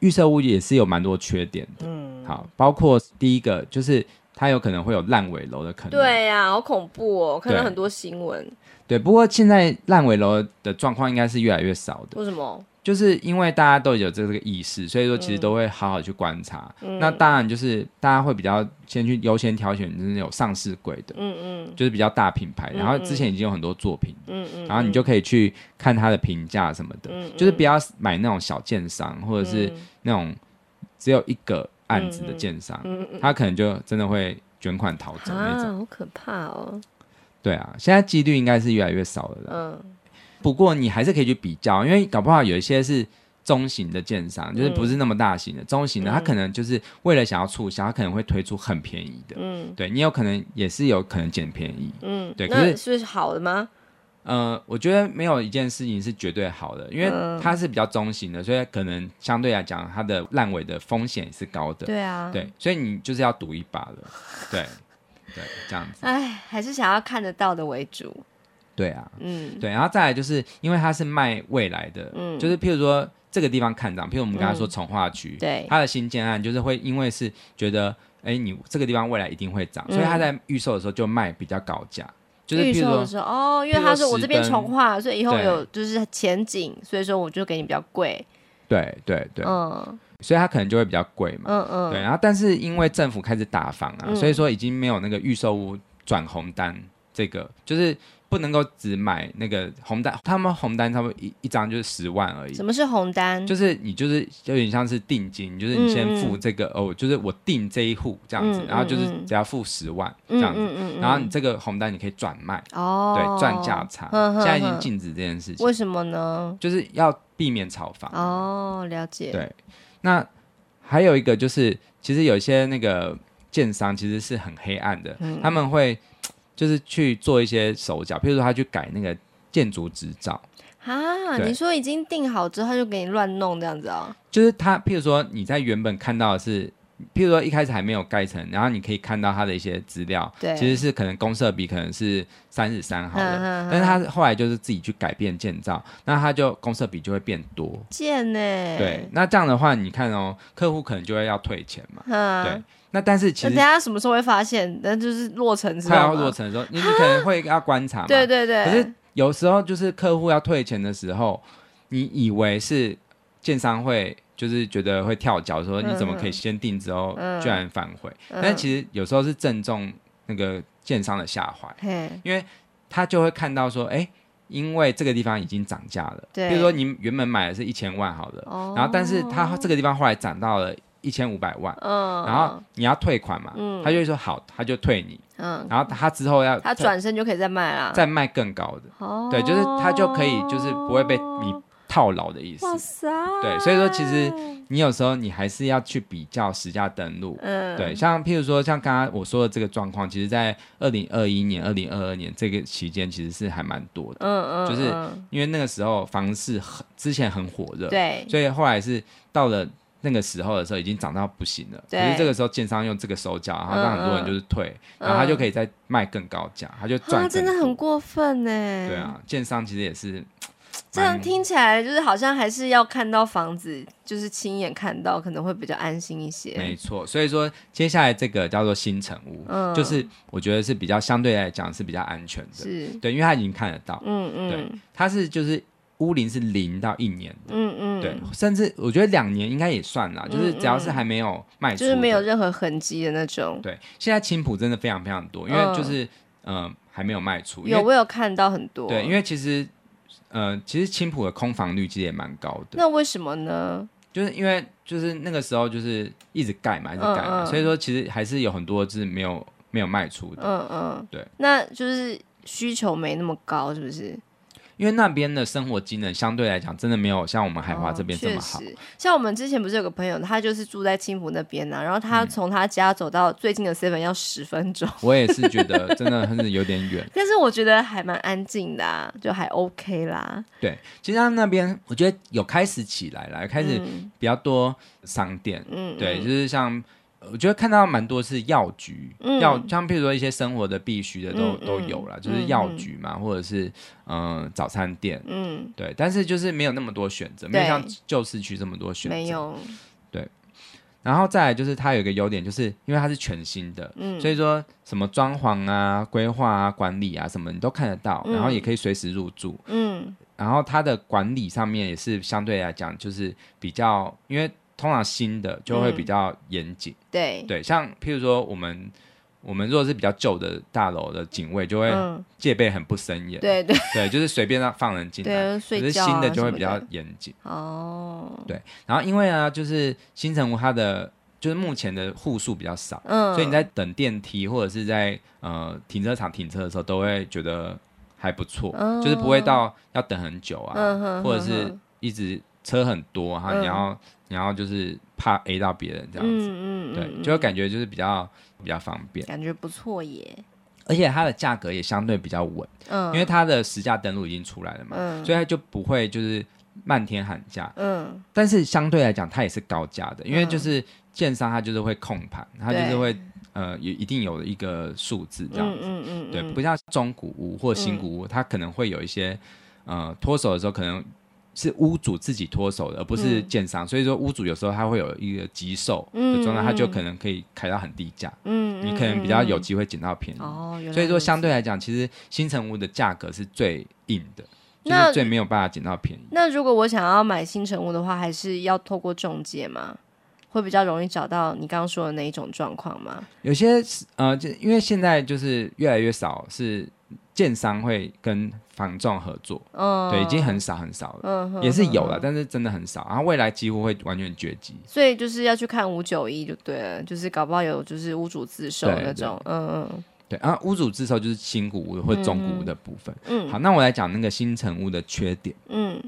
Speaker 1: 预售屋也是有蛮多缺点的，
Speaker 2: 嗯，
Speaker 1: 好，包括第一个就是它有可能会有烂尾楼的可能，
Speaker 2: 对呀、好恐怖哦！我看到
Speaker 1: 对
Speaker 2: 很多新闻，
Speaker 1: 对。不过现在烂尾楼的状况应该是越来越少的，
Speaker 2: 为什么？
Speaker 1: 就是因为大家都有这个意识，所以说其
Speaker 2: 嗯
Speaker 1: 实都会好好去观察。那当然就是大家会比较先去优先挑选，就是有上市柜的，
Speaker 2: 嗯嗯
Speaker 1: 就是比较大品牌，
Speaker 2: 嗯
Speaker 1: 然后之前已经有很多作品，
Speaker 2: 嗯嗯，
Speaker 1: 然后你就可以去看它的评价什么的，
Speaker 2: 嗯
Speaker 1: 就是不要买那种小建商或者是
Speaker 2: 嗯
Speaker 1: 那种只有一个案子的建商，
Speaker 2: 嗯嗯
Speaker 1: 他可能就真的会卷款逃走
Speaker 2: 嗯
Speaker 1: 那种。
Speaker 2: 啊，好可怕哦！
Speaker 1: 对啊，现在几率应该是越来越少了啦。
Speaker 2: 嗯
Speaker 1: 不过你还是可以去比较，因为搞不好有一些是中型的建商，就是不是
Speaker 2: 嗯
Speaker 1: 那么大型的，中型的，他可能就是为了想要促销，他可能会推出很便宜的。
Speaker 2: 嗯
Speaker 1: 对你有可能也是有可能捡便宜。
Speaker 2: 嗯，
Speaker 1: 对可
Speaker 2: 那
Speaker 1: 是
Speaker 2: 是好的吗？
Speaker 1: 呃，我觉得没有一件事情是绝对好的，因为
Speaker 2: 嗯
Speaker 1: 它是比较中型的，所以可能相对来讲，它的烂尾的风险也是高的。
Speaker 2: 对啊，
Speaker 1: 对，所以你就是要赌一把了。对，对，这样子。
Speaker 2: 哎，还是想要看得到的为主。
Speaker 1: 对啊。
Speaker 2: 嗯
Speaker 1: 对，然后再来就是因为它是卖未来的，
Speaker 2: 嗯
Speaker 1: 就是譬如说这个地方看涨，譬如我们刚才说从化区，
Speaker 2: 对
Speaker 1: 它的新建案就是会因为是觉得，哎，你这个地方未来一定会涨，所以它在预售的时候就卖比较高价，就是
Speaker 2: 嗯预
Speaker 1: 譬如
Speaker 2: 售的
Speaker 1: 说。
Speaker 2: 时候，哦，因
Speaker 1: 譬
Speaker 2: 为
Speaker 1: 如
Speaker 2: 他
Speaker 1: 说
Speaker 2: 说我
Speaker 1: 十
Speaker 2: 这边
Speaker 1: 根
Speaker 2: 重化，所以以后
Speaker 1: 对
Speaker 2: 有就是前景，所以说我就给你比较贵。
Speaker 1: 对对对，
Speaker 2: 嗯
Speaker 1: 所以它可能就会比较贵嘛。
Speaker 2: 嗯嗯，
Speaker 1: 对，然啊后但是因为政府开始打房啊，
Speaker 2: 嗯
Speaker 1: 所以说已经没有那个预售屋转红单，这个就是不能够只买那个红单，他们红单差不多一一张就是十万而已，
Speaker 2: 什么是红单？
Speaker 1: 就是你就是有点像是定金，就是你先付这个、哦，就是我定这一户这样子，
Speaker 2: 嗯嗯
Speaker 1: 然后就是
Speaker 2: 嗯
Speaker 1: 只要付十万这
Speaker 2: 嗯
Speaker 1: 样子，
Speaker 2: 嗯嗯嗯，
Speaker 1: 然后你这个红单你可以转卖，
Speaker 2: 哦，
Speaker 1: 对，赚价差。
Speaker 2: 哼哼
Speaker 1: 现在已
Speaker 2: 哼
Speaker 1: 经禁止这件事情，
Speaker 2: 为什么呢？
Speaker 1: 就是要避免炒房。
Speaker 2: 哦，了解。
Speaker 1: 啊对那还有一个就是，其实有一些那个建商其实是很黑暗的，
Speaker 2: 嗯
Speaker 1: 他们会就是去做一些手脚，譬如说他去改那个建筑执照。
Speaker 2: 啊，
Speaker 1: 对
Speaker 2: 你说已经定好之后，他就给你乱弄这样子哦。
Speaker 1: 就是它，譬如说你在原本看到的是，譬如说一开始还没有盖成，然后你可以看到它的一些资料，
Speaker 2: 对
Speaker 1: 其实是可能公社比可能是三十三好了，
Speaker 2: 嗯嗯嗯
Speaker 1: 但是它后来就是自己去改变建造，那它就公社比就会变多。
Speaker 2: 贱呢、
Speaker 1: 对，，那这样的话，你看哦，客户可能就会要退钱嘛。
Speaker 2: 嗯，
Speaker 1: 对，那但是
Speaker 2: 那
Speaker 1: 其
Speaker 2: 等
Speaker 1: 实
Speaker 2: 一下什么时候会发现？那就是落成，知
Speaker 1: 快
Speaker 2: 道
Speaker 1: 要
Speaker 2: 吗？
Speaker 1: 落成的时候，你你可能会要观察嘛。
Speaker 2: 对对对，
Speaker 1: 可是有时候就是客户要退钱的时候，你以为是建商会就是觉得会跳脚，说你怎么可以先定之后
Speaker 2: 嗯
Speaker 1: 居然反悔？
Speaker 2: 嗯
Speaker 1: 但其实有时候是正中那个建商的下怀，
Speaker 2: 嘿，
Speaker 1: 因为他就会看到说，哎、因为这个地方已经涨价了，
Speaker 2: 对
Speaker 1: 比如说你原本买的是一千万好了，
Speaker 2: 哦
Speaker 1: 然后但是他这个地方后来涨到了一千五百万，
Speaker 2: 嗯，
Speaker 1: 然后你要退款嘛，他就会说好，他就退你，
Speaker 2: 嗯，
Speaker 1: 然后他之后要
Speaker 2: 他
Speaker 1: 再
Speaker 2: 转身就可以再卖啦。
Speaker 1: 再卖更高的。
Speaker 2: 哦，
Speaker 1: 对，就是他就可以就是不会被你套牢的意思。
Speaker 2: 哇塞，
Speaker 1: 对，所以说其实你有时候你还是要去比较实价登录。
Speaker 2: 嗯，
Speaker 1: 对，像譬如说，像刚刚我说的这个状况，其实，在二零二一年、二零二二年这个期间，其实是还蛮多的，
Speaker 2: 嗯嗯，
Speaker 1: 就是
Speaker 2: 嗯
Speaker 1: 因为那个时候房市很之前很火热，，
Speaker 2: 对，
Speaker 1: 所以后来是到了那个时候的时候，已经涨到不行了。
Speaker 2: 对
Speaker 1: 可是这个时候，建商用这个手脚，然后让很多人就是退，然后他就可以再卖更高价，他就赚更
Speaker 2: 嗯啊，
Speaker 1: 多。
Speaker 2: 真的很过分呢。
Speaker 1: 对，啊，建商其实也是
Speaker 2: 这样听起来就是好像还是要看到房子，就是亲眼看到，可能会比较安心一
Speaker 1: 没
Speaker 2: 些。
Speaker 1: 错，所以说接下来这个叫做新城屋，
Speaker 2: 嗯
Speaker 1: 就是我觉得是比较相对来讲是比较安全的，
Speaker 2: 是，
Speaker 1: 对，因为它已经看得到，
Speaker 2: 嗯
Speaker 1: 对
Speaker 2: 嗯，
Speaker 1: 它是就是屋龄是零到一年，
Speaker 2: 嗯嗯，
Speaker 1: 对，，甚至我觉得两年应该也算啦，就是只要是还没有卖出
Speaker 2: 就
Speaker 1: 的，
Speaker 2: 是没有任何痕迹的那种。
Speaker 1: 对。现在青浦真的非常非常多，因
Speaker 2: 嗯
Speaker 1: 为就是呃还没有卖出，因
Speaker 2: 有，
Speaker 1: 为
Speaker 2: 我有看到很多。
Speaker 1: 对，因为其实呃其实青浦的空房率其实也蛮高的，
Speaker 2: 那为什么呢？
Speaker 1: 就是因为就是那个时候就是一直盖嘛，一直
Speaker 2: 嗯
Speaker 1: 盖嘛，
Speaker 2: 嗯
Speaker 1: 所以说其实还是有很多是没有没有卖出的。
Speaker 2: 嗯嗯，
Speaker 1: 对，
Speaker 2: 那就是需求没那么高，是不是？
Speaker 1: 因为那边的生活机能相对来讲真的没有像我们海华这边这么好
Speaker 2: 哦。确实像我们之前不是有个朋友，他就是住在青浦那边呢、然后他从他家走到最近的 seven 要十分钟，
Speaker 1: 我也是觉得真的是有点远。
Speaker 2: 但是我觉得还蛮安静的、啊，就还 OK 啦。
Speaker 1: 对，其实他那边我觉得有开始起来了，开始
Speaker 2: 嗯
Speaker 1: 比较多商店，
Speaker 2: 嗯，
Speaker 1: 对，就
Speaker 2: 嗯
Speaker 1: 是像呃我觉得看到蛮多是药局，
Speaker 2: 嗯
Speaker 1: 药像譬如说一些生活的必须的都、
Speaker 2: 嗯嗯
Speaker 1: 都有啦，就是药局嘛，或者是嗯、呃早餐店，
Speaker 2: 嗯，
Speaker 1: 对，但是就是没有那么多选择，没有
Speaker 2: 对
Speaker 1: 像旧市区这么多选择，
Speaker 2: 没。有，
Speaker 1: 然后再来就是它有一个优点，就是因为它是全新的，
Speaker 2: 嗯，
Speaker 1: 所以说什么装潢啊、规划啊、管理啊什么你都看得到，然后也可以随时入住。
Speaker 2: 嗯
Speaker 1: 然后它的管理上面也是相对来讲就是比较，因为通常新的就会比较严谨。
Speaker 2: 对，
Speaker 1: 对，像譬如说我们我们如果是比较旧的大楼的警卫，就会
Speaker 2: 嗯，
Speaker 1: 戒备很不森严，
Speaker 2: 对对
Speaker 1: 对，就是随便让放人进来。
Speaker 2: 对，
Speaker 1: 可
Speaker 2: 睡
Speaker 1: 是
Speaker 2: 觉、啊、
Speaker 1: 新的就会比
Speaker 2: 什
Speaker 1: 较
Speaker 2: 么的
Speaker 1: 严谨。
Speaker 2: 哦，
Speaker 1: 然后因为呢，就是新城屋它的就是目前的户数比较少，
Speaker 2: 嗯，
Speaker 1: 所以你在等电梯或者是在呃停车场停车的时候，都会觉得还不错，
Speaker 2: 嗯
Speaker 1: 就是不会到要等很久啊，
Speaker 2: 嗯哼
Speaker 1: 或者
Speaker 2: 哼
Speaker 1: 是
Speaker 2: 哼
Speaker 1: 一直车很多哈、
Speaker 2: 嗯
Speaker 1: 你要你要就是怕 A 到别人这样子，
Speaker 2: 嗯嗯，
Speaker 1: 对，
Speaker 2: 嗯
Speaker 1: 就会感
Speaker 2: 嗯
Speaker 1: 觉就是比较比较方便，
Speaker 2: 感觉不错耶，
Speaker 1: 而且它的价格也相对比较稳，
Speaker 2: 嗯，
Speaker 1: 因为它的实价登录已经出来了嘛，
Speaker 2: 嗯
Speaker 1: 所以它就不会就是漫天喊价，
Speaker 2: 嗯
Speaker 1: 但是相对来讲它也是高价的，因为
Speaker 2: 嗯
Speaker 1: 就是建商它就是会控盘，它就是
Speaker 2: 对
Speaker 1: 会。呃，有一定有一个数字这样
Speaker 2: 嗯嗯嗯，
Speaker 1: 对，
Speaker 2: 嗯
Speaker 1: 不像中古屋或新古屋，它可能会有一些
Speaker 2: 嗯
Speaker 1: 呃脱手的时候，可能是屋主自己脱手的，而不是
Speaker 2: 嗯
Speaker 1: 建商。所以说屋主有时候他会有一个急售的状态，
Speaker 2: 嗯
Speaker 1: 他就
Speaker 2: 嗯
Speaker 1: 可能可以开到很低价，
Speaker 2: 嗯，
Speaker 1: 你
Speaker 2: 嗯
Speaker 1: 可能比较有
Speaker 2: 嗯
Speaker 1: 机会捡到便宜。
Speaker 2: 哦，原来
Speaker 1: 所以说，
Speaker 2: 如此
Speaker 1: 相对来讲，其实新城屋的价格是最硬的，就
Speaker 2: 那
Speaker 1: 是最没有办法捡到便宜。
Speaker 2: 那如果我想要买新成屋的话，还是要透过中介吗？会比较容易找到你刚刚说的那一种状况吗？
Speaker 1: 有些是呃，就因为现在就是越来越少是建商会跟房仲合作，
Speaker 2: 嗯，
Speaker 1: 对，已经很少很少了。
Speaker 2: 嗯哼
Speaker 1: 也是有
Speaker 2: 哼
Speaker 1: 了，
Speaker 2: 哼
Speaker 1: 但是真的很少。然后未来几乎会完全绝迹。
Speaker 2: 所以就是要去看五九一就对了，就是搞不好有就是屋主自售
Speaker 1: 对
Speaker 2: 那种，嗯嗯
Speaker 1: 对，然后屋主自售就是新古屋或中古屋的部分。
Speaker 2: 嗯
Speaker 1: 好，那我来讲那个新城屋的缺点。
Speaker 2: 嗯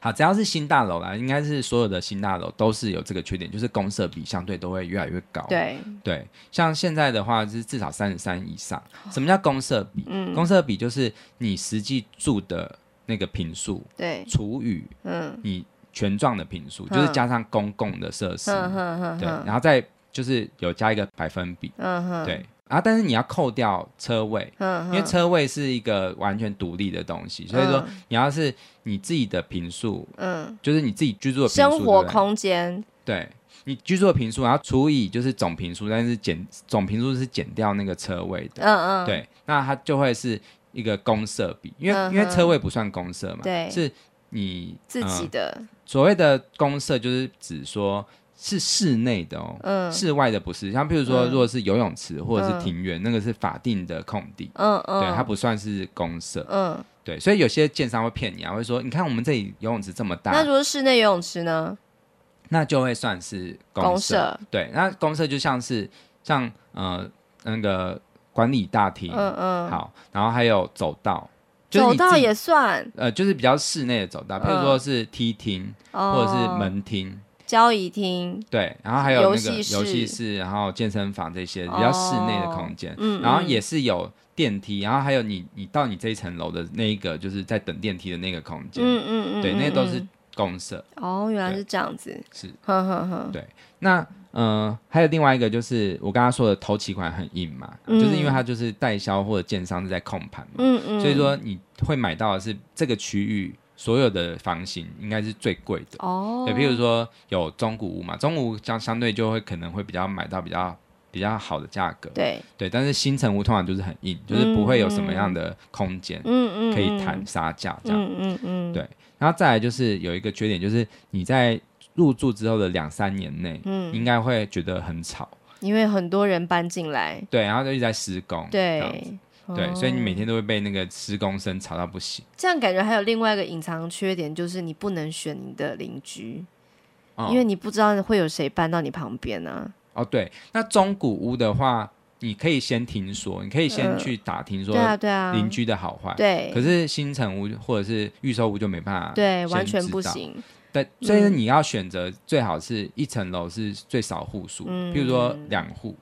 Speaker 1: 好，只要是新大楼啦，应该是所有的新大楼都是有这个缺点，就是公设比相对都会越来越高。
Speaker 2: 对，
Speaker 1: 对像现在的话是至少三十三以上。什么叫公设比？
Speaker 2: 嗯
Speaker 1: 公设比就是你实际住的那个平数
Speaker 2: 对，
Speaker 1: 除以
Speaker 2: 嗯
Speaker 1: 你全幢的平数，就是加上公共的设施，
Speaker 2: 哼哼哼
Speaker 1: 对，
Speaker 2: 哼，
Speaker 1: 然后再就是有加一个百分比。
Speaker 2: 嗯哼，
Speaker 1: 对，啊，但是你要扣掉车位，
Speaker 2: 嗯嗯
Speaker 1: 因
Speaker 2: 哼，
Speaker 1: 为车位是一个完全独立的东西，所以说你要是你自己的平数，
Speaker 2: 嗯
Speaker 1: 就是你自己居住的平
Speaker 2: 嗯
Speaker 1: 数，
Speaker 2: 生活
Speaker 1: 对不对
Speaker 2: 空间，
Speaker 1: 对。你居住的平数，然后除以就是总平数，但是减总平数是减掉那个车位的，
Speaker 2: 嗯嗯，
Speaker 1: 对，那它就会是一个公设比，因为、
Speaker 2: 嗯哼嗯
Speaker 1: 因为车位不算公设嘛，
Speaker 2: 对
Speaker 1: 是你
Speaker 2: 自己
Speaker 1: 呃
Speaker 2: 的，
Speaker 1: 所谓的公设就是指说是室内的哦，
Speaker 2: 嗯
Speaker 1: 室外的不是，像譬如说，
Speaker 2: 嗯
Speaker 1: 如果是游泳池或者
Speaker 2: 嗯
Speaker 1: 是庭院，那个是法定的空地，
Speaker 2: 嗯嗯，
Speaker 1: 对，它不算是公社，
Speaker 2: 嗯，
Speaker 1: 对，所以有些建商会骗你啊，会说，你看我们这里游泳池这么大，
Speaker 2: 那
Speaker 1: 那
Speaker 2: 如果是室内游泳池呢？
Speaker 1: 就会算是公
Speaker 2: 公
Speaker 1: 社，
Speaker 2: 社，
Speaker 1: 对，那公社就像是像呃那个管理大厅，
Speaker 2: 嗯嗯，
Speaker 1: 好，然后还有走道，就是
Speaker 2: 走
Speaker 1: 你自
Speaker 2: 道
Speaker 1: 己
Speaker 2: 也嗯算，
Speaker 1: 呃，就是比较室内的走道，譬如说是梯厅、或
Speaker 2: 或
Speaker 1: 者是门厅，
Speaker 2: 交易厅，
Speaker 1: 对，然后还有
Speaker 2: 游
Speaker 1: 那
Speaker 2: 戏
Speaker 1: 个游
Speaker 2: 室哦
Speaker 1: 戏室，然后健身房这些比较室内的空间，
Speaker 2: 嗯，
Speaker 1: 然后
Speaker 2: 嗯
Speaker 1: 也是有电梯，然后还有你你到你这一层楼的那一个就是在等电梯的那个空间，
Speaker 2: 嗯嗯嗯，
Speaker 1: 对，
Speaker 2: 嗯
Speaker 1: 那都是
Speaker 2: 嗯
Speaker 1: 公社。
Speaker 2: 哦，原来
Speaker 1: 对
Speaker 2: 是这样子，
Speaker 1: 是，
Speaker 2: 哼哼哼，
Speaker 1: 那呃，还有另外一个就是我刚刚说的头期款很硬嘛，
Speaker 2: 嗯
Speaker 1: 就是因为它就是代销或者建商是在控盘嘛，
Speaker 2: 嗯嗯，
Speaker 1: 所以说你会买到的是这个区域所有的房型应该是最贵的。
Speaker 2: 哦，
Speaker 1: 对，譬如说有中古屋嘛，中古屋相相对就会可能会比较买到比较比较好的价格，
Speaker 2: 对，嗯
Speaker 1: 对，但是新城屋通常就是很硬，就是不会有什么样的空间
Speaker 2: 嗯嗯，
Speaker 1: 可以
Speaker 2: 嗯
Speaker 1: 谈，杀价这样。
Speaker 2: 嗯嗯嗯，
Speaker 1: 对然后再来就是有一个缺点，就是你在入住之后的两三年内，应
Speaker 2: 嗯，
Speaker 1: 该会觉得很吵，
Speaker 2: 因为很多人搬进来，
Speaker 1: 对，然后就一直在施工，嗯这样子
Speaker 2: 对。
Speaker 1: 对，所以你每
Speaker 2: 哦
Speaker 1: 天都会被那个施工声吵到不行。
Speaker 2: 这样感觉还有另外一个隐藏缺点，就是你不能选你的邻居，
Speaker 1: 哦
Speaker 2: 嗯因为你不知道会有谁搬到你旁边呢、啊
Speaker 1: 哦，对，那中古屋的话，你可以先听说，你可以先去打听说
Speaker 2: 呃对啊对啊，
Speaker 1: 邻居的好坏。
Speaker 2: 对，
Speaker 1: 可是新城屋或者是预售屋就没办法，
Speaker 2: 对完全不。行，嗯
Speaker 1: 对，所以你要选择最好是一层楼是最少户数，
Speaker 2: 嗯
Speaker 1: 譬如说两户，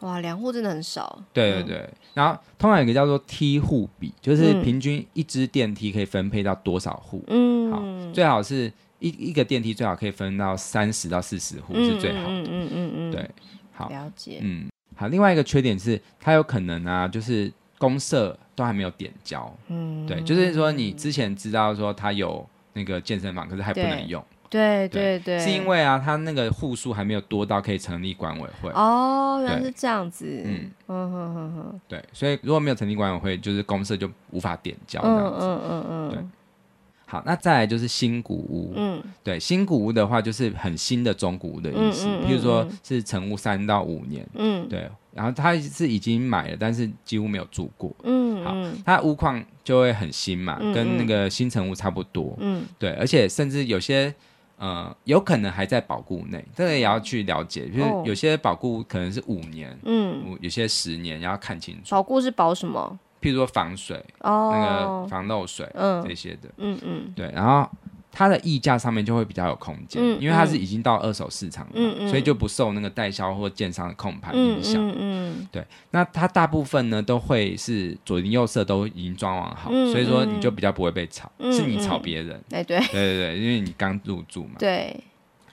Speaker 2: 哇，两户真的很少，
Speaker 1: 对对对。然后通常有一个叫做梯户比，就是平均一只电梯可以分配到多少户，
Speaker 2: 嗯，
Speaker 1: 最好是一一个电梯最好可以分到三十到四十户
Speaker 2: 嗯
Speaker 1: 是最好的。
Speaker 2: 嗯嗯嗯嗯，嗯
Speaker 1: 对，好
Speaker 2: 了解，
Speaker 1: 嗯，好。另外一个缺点是，它有可能啊，就是公社都还没有点交，
Speaker 2: 嗯，
Speaker 1: 对，就是说你之前知道说它有那个健身房，可是还不能
Speaker 2: 对
Speaker 1: 用，
Speaker 2: 对
Speaker 1: 对
Speaker 2: 对对，
Speaker 1: 是因为啊，它那个户数还没有多到可以成立管委会，
Speaker 2: 哦，原来
Speaker 1: 对
Speaker 2: 是这样子，
Speaker 1: 嗯
Speaker 2: 嗯嗯嗯嗯
Speaker 1: 对，所以如果没有成立管委会，就是公社就无法点交这样
Speaker 2: 嗯
Speaker 1: 子。
Speaker 2: 嗯
Speaker 1: 对
Speaker 2: 嗯
Speaker 1: 好，那再来就是新古屋，
Speaker 2: 嗯嗯，
Speaker 1: 对，新古屋的话就是很新的中古屋的意思，
Speaker 2: 嗯嗯嗯
Speaker 1: 譬如说
Speaker 2: 嗯
Speaker 1: 是成屋三到五年，
Speaker 2: 嗯
Speaker 1: 对，然后它是已经买了，但是几乎没有住过，
Speaker 2: 嗯
Speaker 1: 好
Speaker 2: 嗯
Speaker 1: 它屋况就会很新嘛，
Speaker 2: 嗯
Speaker 1: 跟
Speaker 2: 嗯
Speaker 1: 那个新成屋差不多，
Speaker 2: 嗯，
Speaker 1: 对，而且甚至有些呃有可能还在保固内，这个也要去了解，就是
Speaker 2: 哦
Speaker 1: 有些保固可能是五年，
Speaker 2: 嗯，
Speaker 1: 有些十年，要看清楚，
Speaker 2: 保固是保什么？
Speaker 1: 譬如说防水、那
Speaker 2: 哦
Speaker 1: 个，防漏水
Speaker 2: 嗯
Speaker 1: 这些的，
Speaker 2: 嗯嗯
Speaker 1: 对，然后它的溢价上面就会比较有空间，
Speaker 2: 嗯
Speaker 1: 因为它是已经到二手市场了嘛，
Speaker 2: 嗯嗯
Speaker 1: 所以就不受那个代销或建商的控盘
Speaker 2: 嗯
Speaker 1: 影响。
Speaker 2: 嗯嗯，
Speaker 1: 那它大部分呢都会是左邻右舍都已经装潢好，
Speaker 2: 嗯
Speaker 1: 所以说你就比较不会被炒，
Speaker 2: 嗯
Speaker 1: 是你炒
Speaker 2: 嗯
Speaker 1: 别人。
Speaker 2: 哎 对
Speaker 1: 对对对，因为你刚入住嘛，
Speaker 2: 对，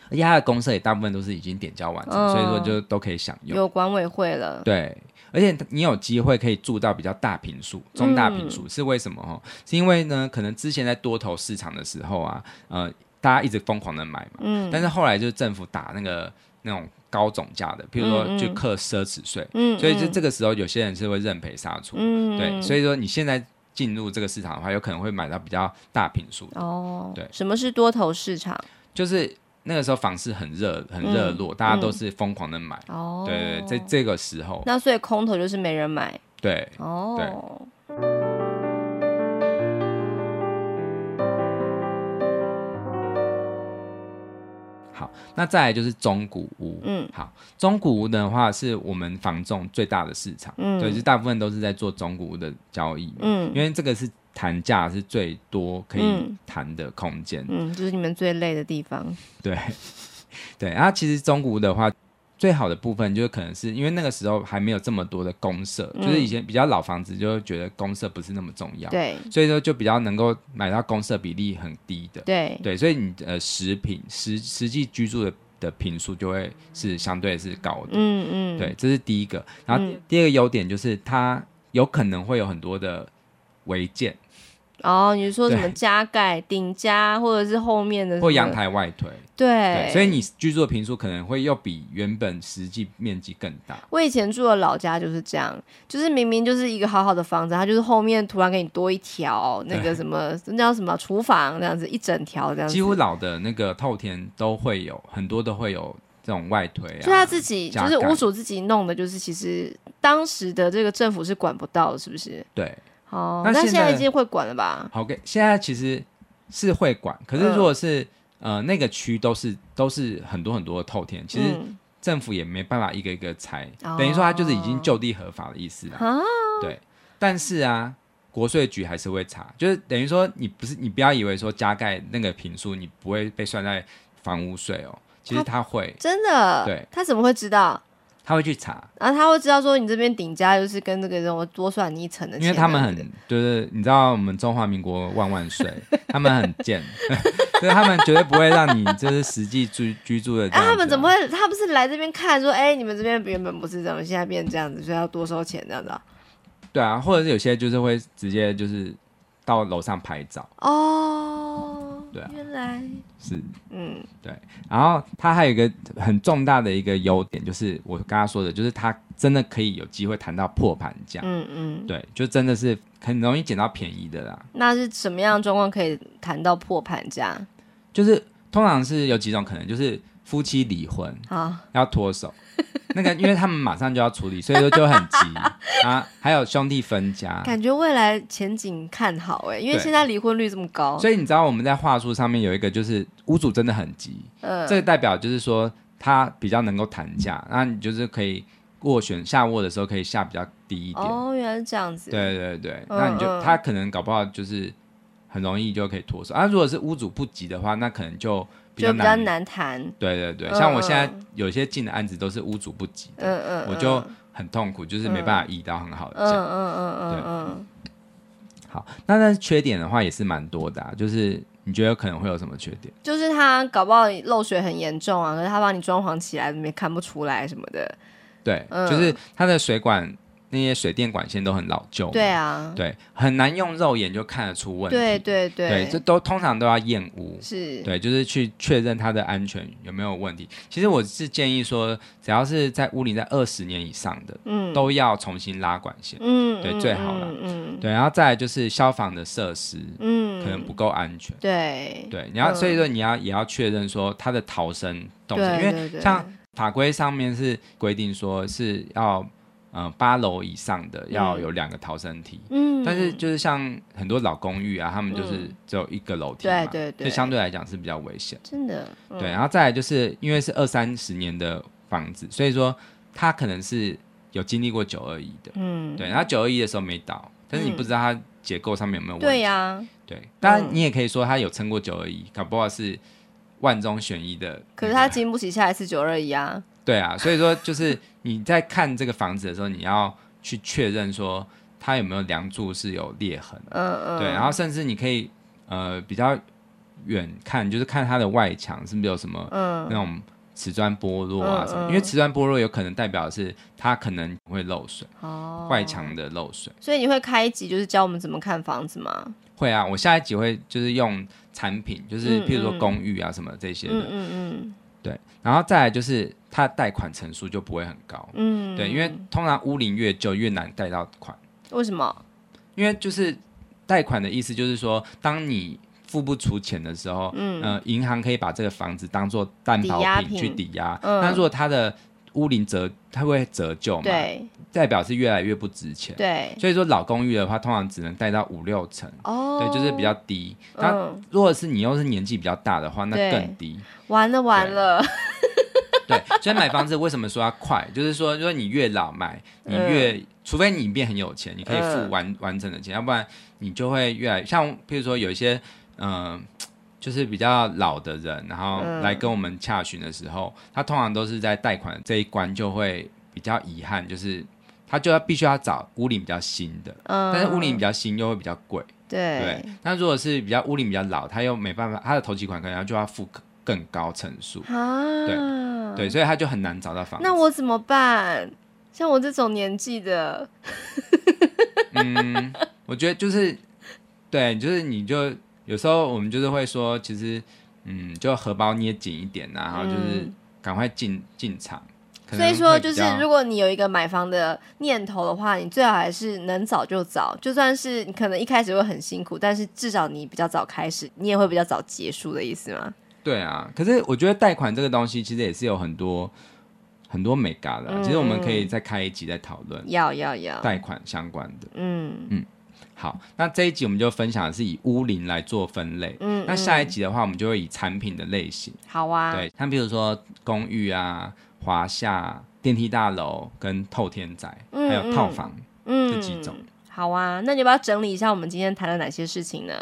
Speaker 1: 而且它的公社也大部分都是已经点交完成，
Speaker 2: 嗯
Speaker 1: 所以说就都可以享用。
Speaker 2: 有管委会了，
Speaker 1: 对，而且你有机会可以住到比较大平数、中大平
Speaker 2: 嗯
Speaker 1: 数、是为什么？哦，是因为呢，可能之前在多头市场的时候啊，呃，大家一直疯狂的买嘛，
Speaker 2: 嗯
Speaker 1: 但是后来就是政府打那个那种高总价的，譬如说
Speaker 2: 嗯嗯
Speaker 1: 就课奢侈税，
Speaker 2: 嗯，
Speaker 1: 所以就这个时候有些人是会认赔杀出，
Speaker 2: 嗯，嗯
Speaker 1: 对，所以说你现在进入这个市场的话，有可能会买到比较大平数的，
Speaker 2: 哦，
Speaker 1: 对
Speaker 2: 什么是多头市场？
Speaker 1: 就是那个时候房市很热很热络，大家都是疯狂的买，
Speaker 2: 嗯哦，
Speaker 1: 对对，在这个时候，
Speaker 2: 那所以空头就是没人买
Speaker 1: 哦对。
Speaker 2: 哦。
Speaker 1: 好，那再来就是中古屋。
Speaker 2: 嗯
Speaker 1: 好，中古屋的话是我们房仲最大的市场，
Speaker 2: 嗯
Speaker 1: 对，就是大部分都是在做中古屋的交易嘛，
Speaker 2: 嗯
Speaker 1: 因为这个是谈价是最多可以
Speaker 2: 嗯
Speaker 1: 谈的空间，
Speaker 2: 嗯，就是你们最累的地方。
Speaker 1: 对， 对。然后其实中古屋的话，最好的部分就是可能是因为那个时候还没有这么多的公社，
Speaker 2: 嗯
Speaker 1: 就是以前比较老房子就会觉得公社不是那么重要，
Speaker 2: 对
Speaker 1: 所以说就比较能够买到公社比例很低的，
Speaker 2: 对
Speaker 1: 对，所以你呃食品实实际居住的的频数就会是相对是高的，
Speaker 2: 嗯嗯，
Speaker 1: 对，这是第一个。然后第
Speaker 2: 嗯
Speaker 1: 第二个优点就是它有可能会有很多的违建
Speaker 2: 哦，你说什么
Speaker 1: 对
Speaker 2: 加盖、顶加，或者是后面的什
Speaker 1: 或
Speaker 2: 么
Speaker 1: 阳？台外推，
Speaker 2: 对
Speaker 1: 对，，所以你居住的频数可能会又比原本实际面积更大。
Speaker 2: 我以前住的老家就是这样，就是明明就是一个好好的房子，它就是后面突然给你多一条那
Speaker 1: 对
Speaker 2: 个什么，那叫什么厨房那样子，一整条这样子，
Speaker 1: 几乎老的那个透天都会有很多都会有这种外推
Speaker 2: 就他
Speaker 1: 啊，
Speaker 2: 自己
Speaker 1: 加
Speaker 2: 就是
Speaker 1: 盖
Speaker 2: 屋主自己弄的，就是其实当时的这个政府是管不到的，是不是？
Speaker 1: 对。
Speaker 2: 哦，
Speaker 1: 那
Speaker 2: 那
Speaker 1: 现
Speaker 2: 现在
Speaker 1: 在
Speaker 2: 已经会管了吧？
Speaker 1: 好，给现在其实是会管，可是
Speaker 2: 嗯
Speaker 1: 如果是、呃那个区都是都是很多很多的透天，其实
Speaker 2: 嗯
Speaker 1: 政府也没办法一个一个拆，
Speaker 2: 哦
Speaker 1: 等于说它就是已经就地合法的意思啦。
Speaker 2: 啊，
Speaker 1: 对，但是啊，国税局还是会查，就是等于说你不是你不要以为说加盖那个平数你不会被算在房屋税哦，其实他会
Speaker 2: 真的？
Speaker 1: 对，
Speaker 2: 他怎么会知道？
Speaker 1: 他会去查，
Speaker 2: 然后他会知道说你这边顶加就是跟这个人我多算你一层的钱，啊
Speaker 1: 因为他们很就是你知道我们中华民国万万岁，他们很贱， 所以他们绝对不会让你就是实际居居住的这
Speaker 2: 啊，
Speaker 1: 样子啊、
Speaker 2: 他们怎么会？他不是来这边看说，哎、你们这边原本不是这样，现在变这样子，所以要多收钱这样子啊、
Speaker 1: 对啊？或者是有些就是会直接就是到楼上拍照，
Speaker 2: 哦，
Speaker 1: 对啊
Speaker 2: 原来，
Speaker 1: 是。
Speaker 2: 嗯
Speaker 1: 然后它还有一个很重大的一个优点，就是我刚刚说的，就是它真的可以有机会谈到破盘价，
Speaker 2: 嗯嗯，
Speaker 1: 对，就真的是很容易捡到便宜的啦。
Speaker 2: 那是什么样的状况可以谈到破盘价？
Speaker 1: 就是通常是有几种可能，就是夫妻离婚，
Speaker 2: 好，
Speaker 1: 要脱手。那个，因为他们马上就要处理，所以说就很 急啊。还有兄弟分家，
Speaker 2: 感觉未来前景看好哎、因为
Speaker 1: 对
Speaker 2: 现在离婚率这么高，
Speaker 1: 所以你知道我们在话术上面有一个，就是屋主真的很急，
Speaker 2: 嗯
Speaker 1: 这个代表就是说他比较能够谈价，那你就是可以斡旋下握的时候可以下比较低一点。
Speaker 2: 哦，原来是这样子。，
Speaker 1: 对对对，
Speaker 2: 嗯
Speaker 1: 那你就、
Speaker 2: 嗯
Speaker 1: 他可能搞不好就是很容易就可以脱手啊。如果是屋主不急的话，那可能就比较
Speaker 2: 就比较
Speaker 1: 难。
Speaker 2: 难谈。
Speaker 1: 对对对，
Speaker 2: 嗯
Speaker 1: 像我现在
Speaker 2: 嗯
Speaker 1: 有些进的案子都是屋主不急的，
Speaker 2: 嗯嗯，
Speaker 1: 我就很痛苦，就是没办法移到很好的
Speaker 2: 嗯
Speaker 1: 价。
Speaker 2: 嗯嗯嗯嗯，
Speaker 1: 好，那但是缺点的话也是蛮多的、啊，就是你觉得可能会有什么缺点？
Speaker 2: 就是他搞不好漏水很严重啊，可是他把你装潢起来，没看不出来什么的。
Speaker 1: 对，
Speaker 2: 嗯
Speaker 1: 就是它的水管那些水电管线都很老旧嘛，
Speaker 2: 对啊，
Speaker 1: 哦对，很难用肉眼就看得出问题。
Speaker 2: 对对对
Speaker 1: 对，这都通常都要验屋。
Speaker 2: 是，
Speaker 1: 对，就是去确认它的安全有没有问题。其实我是建议说，只要是在屋龄在二十年以上的，
Speaker 2: 嗯
Speaker 1: 都要重新拉管线。
Speaker 2: 嗯，
Speaker 1: 对
Speaker 2: 嗯
Speaker 1: 最好啦
Speaker 2: 嗯嗯
Speaker 1: 对，然后再来就是消防的设施
Speaker 2: 嗯，
Speaker 1: 可能不够安全。
Speaker 2: 对
Speaker 1: 对，你要、
Speaker 2: 嗯
Speaker 1: 所以说你要也要确认说它的逃生动
Speaker 2: 对
Speaker 1: 线，因为
Speaker 2: 对对
Speaker 1: 像法规上面是规定说是要呃八楼以上的要有两个逃生梯。
Speaker 2: 嗯，
Speaker 1: 但是就是像很多老公寓啊，他们就是
Speaker 2: 嗯
Speaker 1: 只有一个楼梯嘛，
Speaker 2: 对对对
Speaker 1: 所以相对来讲是比较危险。
Speaker 2: 真的嗯
Speaker 1: 对，啊然后再来就是因为是二三十年的房子，所以说它可能是有经历过九二一的，
Speaker 2: 嗯
Speaker 1: 对，然后九二一的时候没倒，但是你
Speaker 2: 嗯
Speaker 1: 不知道它结构上面有没有问
Speaker 2: 对
Speaker 1: 题，
Speaker 2: 呀、
Speaker 1: 对，当
Speaker 2: 嗯
Speaker 1: 然你也可以说它有撑过九二一，搞不好是万中选一的，
Speaker 2: 可是他经不起下一次九二一啊。
Speaker 1: 对啊，所以说就是你在看这个房子的时候，你要去确认说它有没有梁柱是有裂痕，
Speaker 2: 嗯嗯，
Speaker 1: 对，然后甚至你可以呃比较远看，就是看它的外墙是不是有什么
Speaker 2: 嗯
Speaker 1: 那种瓷砖剥落啊
Speaker 2: 嗯
Speaker 1: 什么，
Speaker 2: 嗯
Speaker 1: 因为瓷砖剥落有可能代表的是它可能会漏水，
Speaker 2: 哦，
Speaker 1: 外墙的漏水。
Speaker 2: 所以你会开一集就是教我们怎么看房子吗？
Speaker 1: 会啊，我下一集会就是用产品，就是
Speaker 2: 嗯
Speaker 1: 譬如说
Speaker 2: 嗯
Speaker 1: 公寓啊什么这些的，
Speaker 2: 嗯嗯
Speaker 1: 对，然后再来就是它贷款成数就不会很高，
Speaker 2: 嗯嗯，
Speaker 1: 对，因为通常屋龄越旧越难贷到款，
Speaker 2: 为什么？
Speaker 1: 因为就是贷款的意思就是说，当你付不出钱的时候，嗯，呃，银行可以把这个房子当做担保
Speaker 2: 抵押
Speaker 1: 品去
Speaker 2: 品
Speaker 1: 抵押，
Speaker 2: 嗯
Speaker 1: 那如果它的屋龄折，它会折旧嘛，
Speaker 2: 对
Speaker 1: 代表是越来越不值钱。
Speaker 2: 对
Speaker 1: 所以说，老公寓的话，通常只能贷到五六成，
Speaker 2: 哦，
Speaker 1: 对，就是比较低。那
Speaker 2: 嗯，
Speaker 1: 如果是你又是年纪比较大的话，那
Speaker 2: 对
Speaker 1: 更低。
Speaker 2: 完了完了，
Speaker 1: 对，所以买房子为什么说要快？就是说，如果你越老买，你越、除非你变很有钱，你可以付
Speaker 2: 嗯
Speaker 1: 完、完整的钱，要不然你就会越来像，譬如说有一些嗯、呃就是比较老的人，然后
Speaker 2: 嗯
Speaker 1: 来跟我们洽询的时候，他通常都是在贷款这一关就会比较遗憾，就是他就要必须要找屋龄比较新的，
Speaker 2: 嗯，
Speaker 1: 但是屋龄比较新又会比较贵，
Speaker 2: 对
Speaker 1: 对。那如果是比较屋龄比较老，他又没办法，他的头期款可能就要付更更高层数。
Speaker 2: 啊，
Speaker 1: 对，所以他就很难找到房子。
Speaker 2: 那我怎么办？像我这种年纪的，
Speaker 1: 嗯，我觉得就是，对，就是你就有时候我们就是会说，其实，嗯，就荷包捏紧一点啊，然后就是
Speaker 2: 嗯
Speaker 1: 赶快进进场。可
Speaker 2: 所以
Speaker 1: 能
Speaker 2: 说
Speaker 1: 会
Speaker 2: 就
Speaker 1: 比
Speaker 2: 是
Speaker 1: 较
Speaker 2: 如果你有一个买房的念头的话，你最好还是能早就早，就算是你可能一开始会很辛苦，但是至少你比较早开始，你也会比较早结束的意思吗？
Speaker 1: 对啊，可是我觉得贷款这个东西其实也是有很多很多美嘎的啊、
Speaker 2: 嗯
Speaker 1: 其实我们可以
Speaker 2: 嗯
Speaker 1: 再开一集再讨论
Speaker 2: 要要要，
Speaker 1: 贷款相关的。
Speaker 2: 嗯
Speaker 1: 好，那这一集我们就分享的是以屋龄来做分类。
Speaker 2: 嗯，
Speaker 1: 那下一
Speaker 2: 嗯
Speaker 1: 集的话，我们就会以产品的类型。
Speaker 2: 好啊，
Speaker 1: 对，像比如说公寓啊、华夏、电梯大楼跟透天宅，
Speaker 2: 嗯
Speaker 1: 还有套房。
Speaker 2: 嗯，
Speaker 1: 这几种
Speaker 2: 好啊，那你要不要整理一下我们今天谈了哪些事情呢？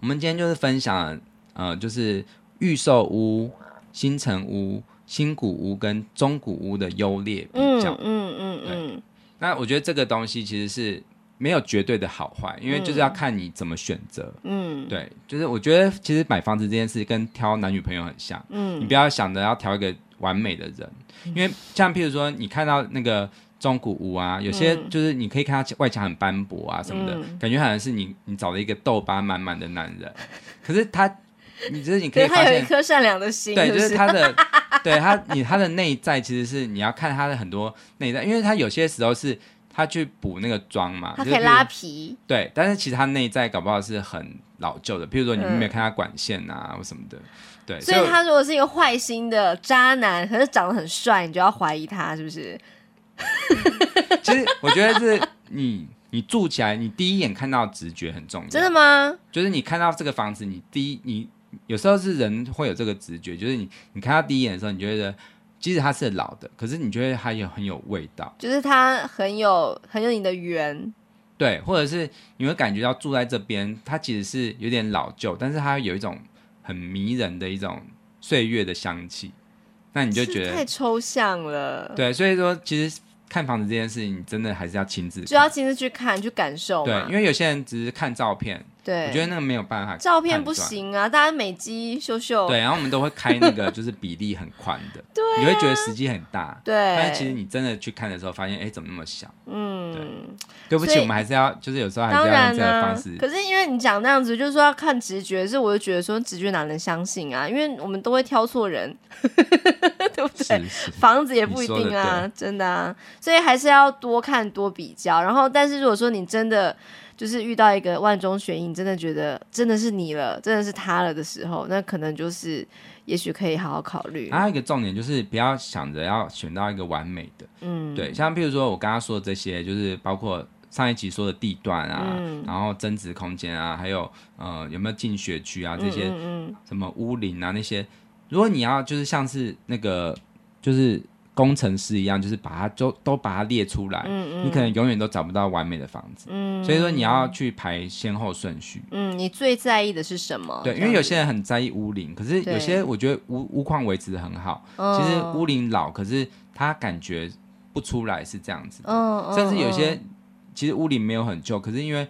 Speaker 1: 我们今天就是分享，呃，就是预售屋、新城屋、新古屋跟中古屋的优劣比
Speaker 2: 嗯
Speaker 1: 较。
Speaker 2: 嗯嗯嗯，
Speaker 1: 那我觉得这个东西其实是没有绝对的好坏，因为就是要看你怎么选择。
Speaker 2: 嗯
Speaker 1: 对，就是我觉得其实买房子这件事跟挑男女朋友很像，你
Speaker 2: 嗯
Speaker 1: 不要想着要挑一个完美的人，因为像譬如说你看到那个中古屋啊，有些就是你可以看它外墙很斑驳啊什么的，
Speaker 2: 嗯
Speaker 1: 感觉好像是你你找了一个痘疤满满的男人，可是他，你就是你可
Speaker 2: 可
Speaker 1: 以
Speaker 2: 是他
Speaker 1: 发
Speaker 2: 有一
Speaker 1: 现，
Speaker 2: 颗善良的心，
Speaker 1: 对，
Speaker 2: 是
Speaker 1: 就
Speaker 2: 不
Speaker 1: 是
Speaker 2: 是？
Speaker 1: 他的，对他你他的内在其实是你要看他的很多内在，因为他有些时候是他去补那个妆嘛，
Speaker 2: 他
Speaker 1: 就是
Speaker 2: 可以
Speaker 1: 譬如
Speaker 2: 拉皮，
Speaker 1: 对，但是其实它内在搞不好是很老旧的，譬如说你
Speaker 2: 嗯
Speaker 1: 没有看它管线啊、或什么的，对，
Speaker 2: 所以他如果是一个坏心的渣男，可是长得很帅，你就要怀疑他是不是？
Speaker 1: 我其实我觉得是你你住起来，你第一眼看到直觉很重要，
Speaker 2: 真的吗？
Speaker 1: 就是你看到这个房子，你第一你有时候是人会有这个直觉，就是你你看到第一眼的时候，你就觉得即使它是老的，可是你觉得它也很有味道，
Speaker 2: 就是它很有很有你的缘，
Speaker 1: 对，或者是你会感觉到住在这边，它其实是有点老旧，但是它有一种很迷人的一种岁月的香气，那你就觉
Speaker 2: 是太
Speaker 1: 得
Speaker 2: 抽象了，
Speaker 1: 对，所以说其实看房子这件事情，你真的还是要亲自
Speaker 2: 就要啊亲自去看去感受
Speaker 1: 对
Speaker 2: 嘛，，
Speaker 1: 因为有些人只是看照片，
Speaker 2: 对，
Speaker 1: 我觉得那个没有办法，
Speaker 2: 照片不。行啊，大家美肌秀秀，
Speaker 1: 对，然后我们都会开那 个就是比例很宽的，
Speaker 2: 对啊
Speaker 1: 你会觉得时机很大，但
Speaker 2: 对，
Speaker 1: 是其实你真的去看的时候，发现哎怎么那么小？
Speaker 2: 嗯，
Speaker 1: 对不
Speaker 2: 所
Speaker 1: 起，
Speaker 2: 以
Speaker 1: 我们还是要就是有时候还
Speaker 2: 当
Speaker 1: 是要用
Speaker 2: 然啊
Speaker 1: 这样的
Speaker 2: 啦、
Speaker 1: 方式。
Speaker 2: 可是因为你讲那样子，就是说要看直觉，是我就觉得说直觉哪能相信啊？因为我们都会挑错人，对不对？
Speaker 1: 是是，
Speaker 2: 房子也不一
Speaker 1: 你
Speaker 2: 定
Speaker 1: 说得
Speaker 2: 啊，真的啊，所以还是要多看多比较。然后，但是如果说你真的就是遇到一个万中选一，你真的觉得真的是你了，真的是他了的时候，那可能就是也许可以好好考虑。
Speaker 1: 还有一个重点就是不要想着要选到一个完美的，
Speaker 2: 嗯，
Speaker 1: 对，像譬如说我刚刚说的这些，就是包括上一集说的地段啊，
Speaker 2: 嗯
Speaker 1: 然后增值空间啊，还有呃有没有进学区啊
Speaker 2: 嗯，
Speaker 1: 这些，
Speaker 2: 嗯嗯
Speaker 1: 什么屋龄啊那些，如果你要就是像是那个就是工程师一样，就是把它都都把它列出来，
Speaker 2: 嗯嗯
Speaker 1: 你可能永远都找不到完美的房子，
Speaker 2: 嗯，
Speaker 1: 所以说你要去排先后顺序。
Speaker 2: 嗯，你最在意的是什么？
Speaker 1: 对，
Speaker 2: 哦这
Speaker 1: 因
Speaker 2: 样
Speaker 1: 为有
Speaker 2: 子
Speaker 1: 些人很在意屋龄，可是有
Speaker 2: 对
Speaker 1: 些我觉得屋屋况维持的很好，其实
Speaker 2: 嗯
Speaker 1: 屋龄老，可是他感觉不出来是这样子的，
Speaker 2: 嗯，
Speaker 1: 甚至有些
Speaker 2: 嗯
Speaker 1: 其实屋龄没有很旧，可是因为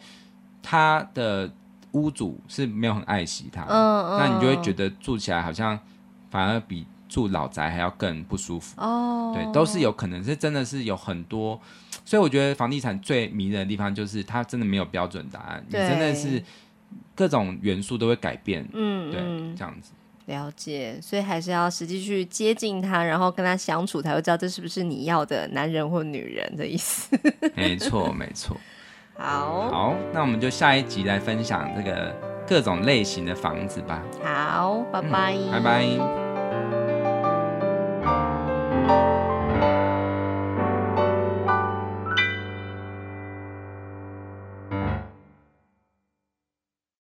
Speaker 1: 他的屋主是没有很爱惜他，
Speaker 2: 嗯，嗯
Speaker 1: 啊那你就会觉
Speaker 2: 得
Speaker 1: 得住起来好像反而比住老宅还要更不舒服。
Speaker 2: 哦，
Speaker 1: 对，都是有可能是真的是有很多，所以我觉得房地产最迷人的地方就是它真的没有标准答案，你
Speaker 2: 对
Speaker 1: 真的是各种元素都会改变，
Speaker 2: 嗯
Speaker 1: 对，
Speaker 2: 嗯
Speaker 1: 这 样子。
Speaker 2: 了解，所以还是要实际去接近他，然后跟他相处，才会知道这是不是你要的男人或女人的意思。
Speaker 1: 没错，没错。
Speaker 2: 好
Speaker 1: 好，那我们就下一集来分享这个各种类型的房子吧。
Speaker 2: 好，拜
Speaker 1: 嗯拜
Speaker 2: 拜，
Speaker 1: 拜。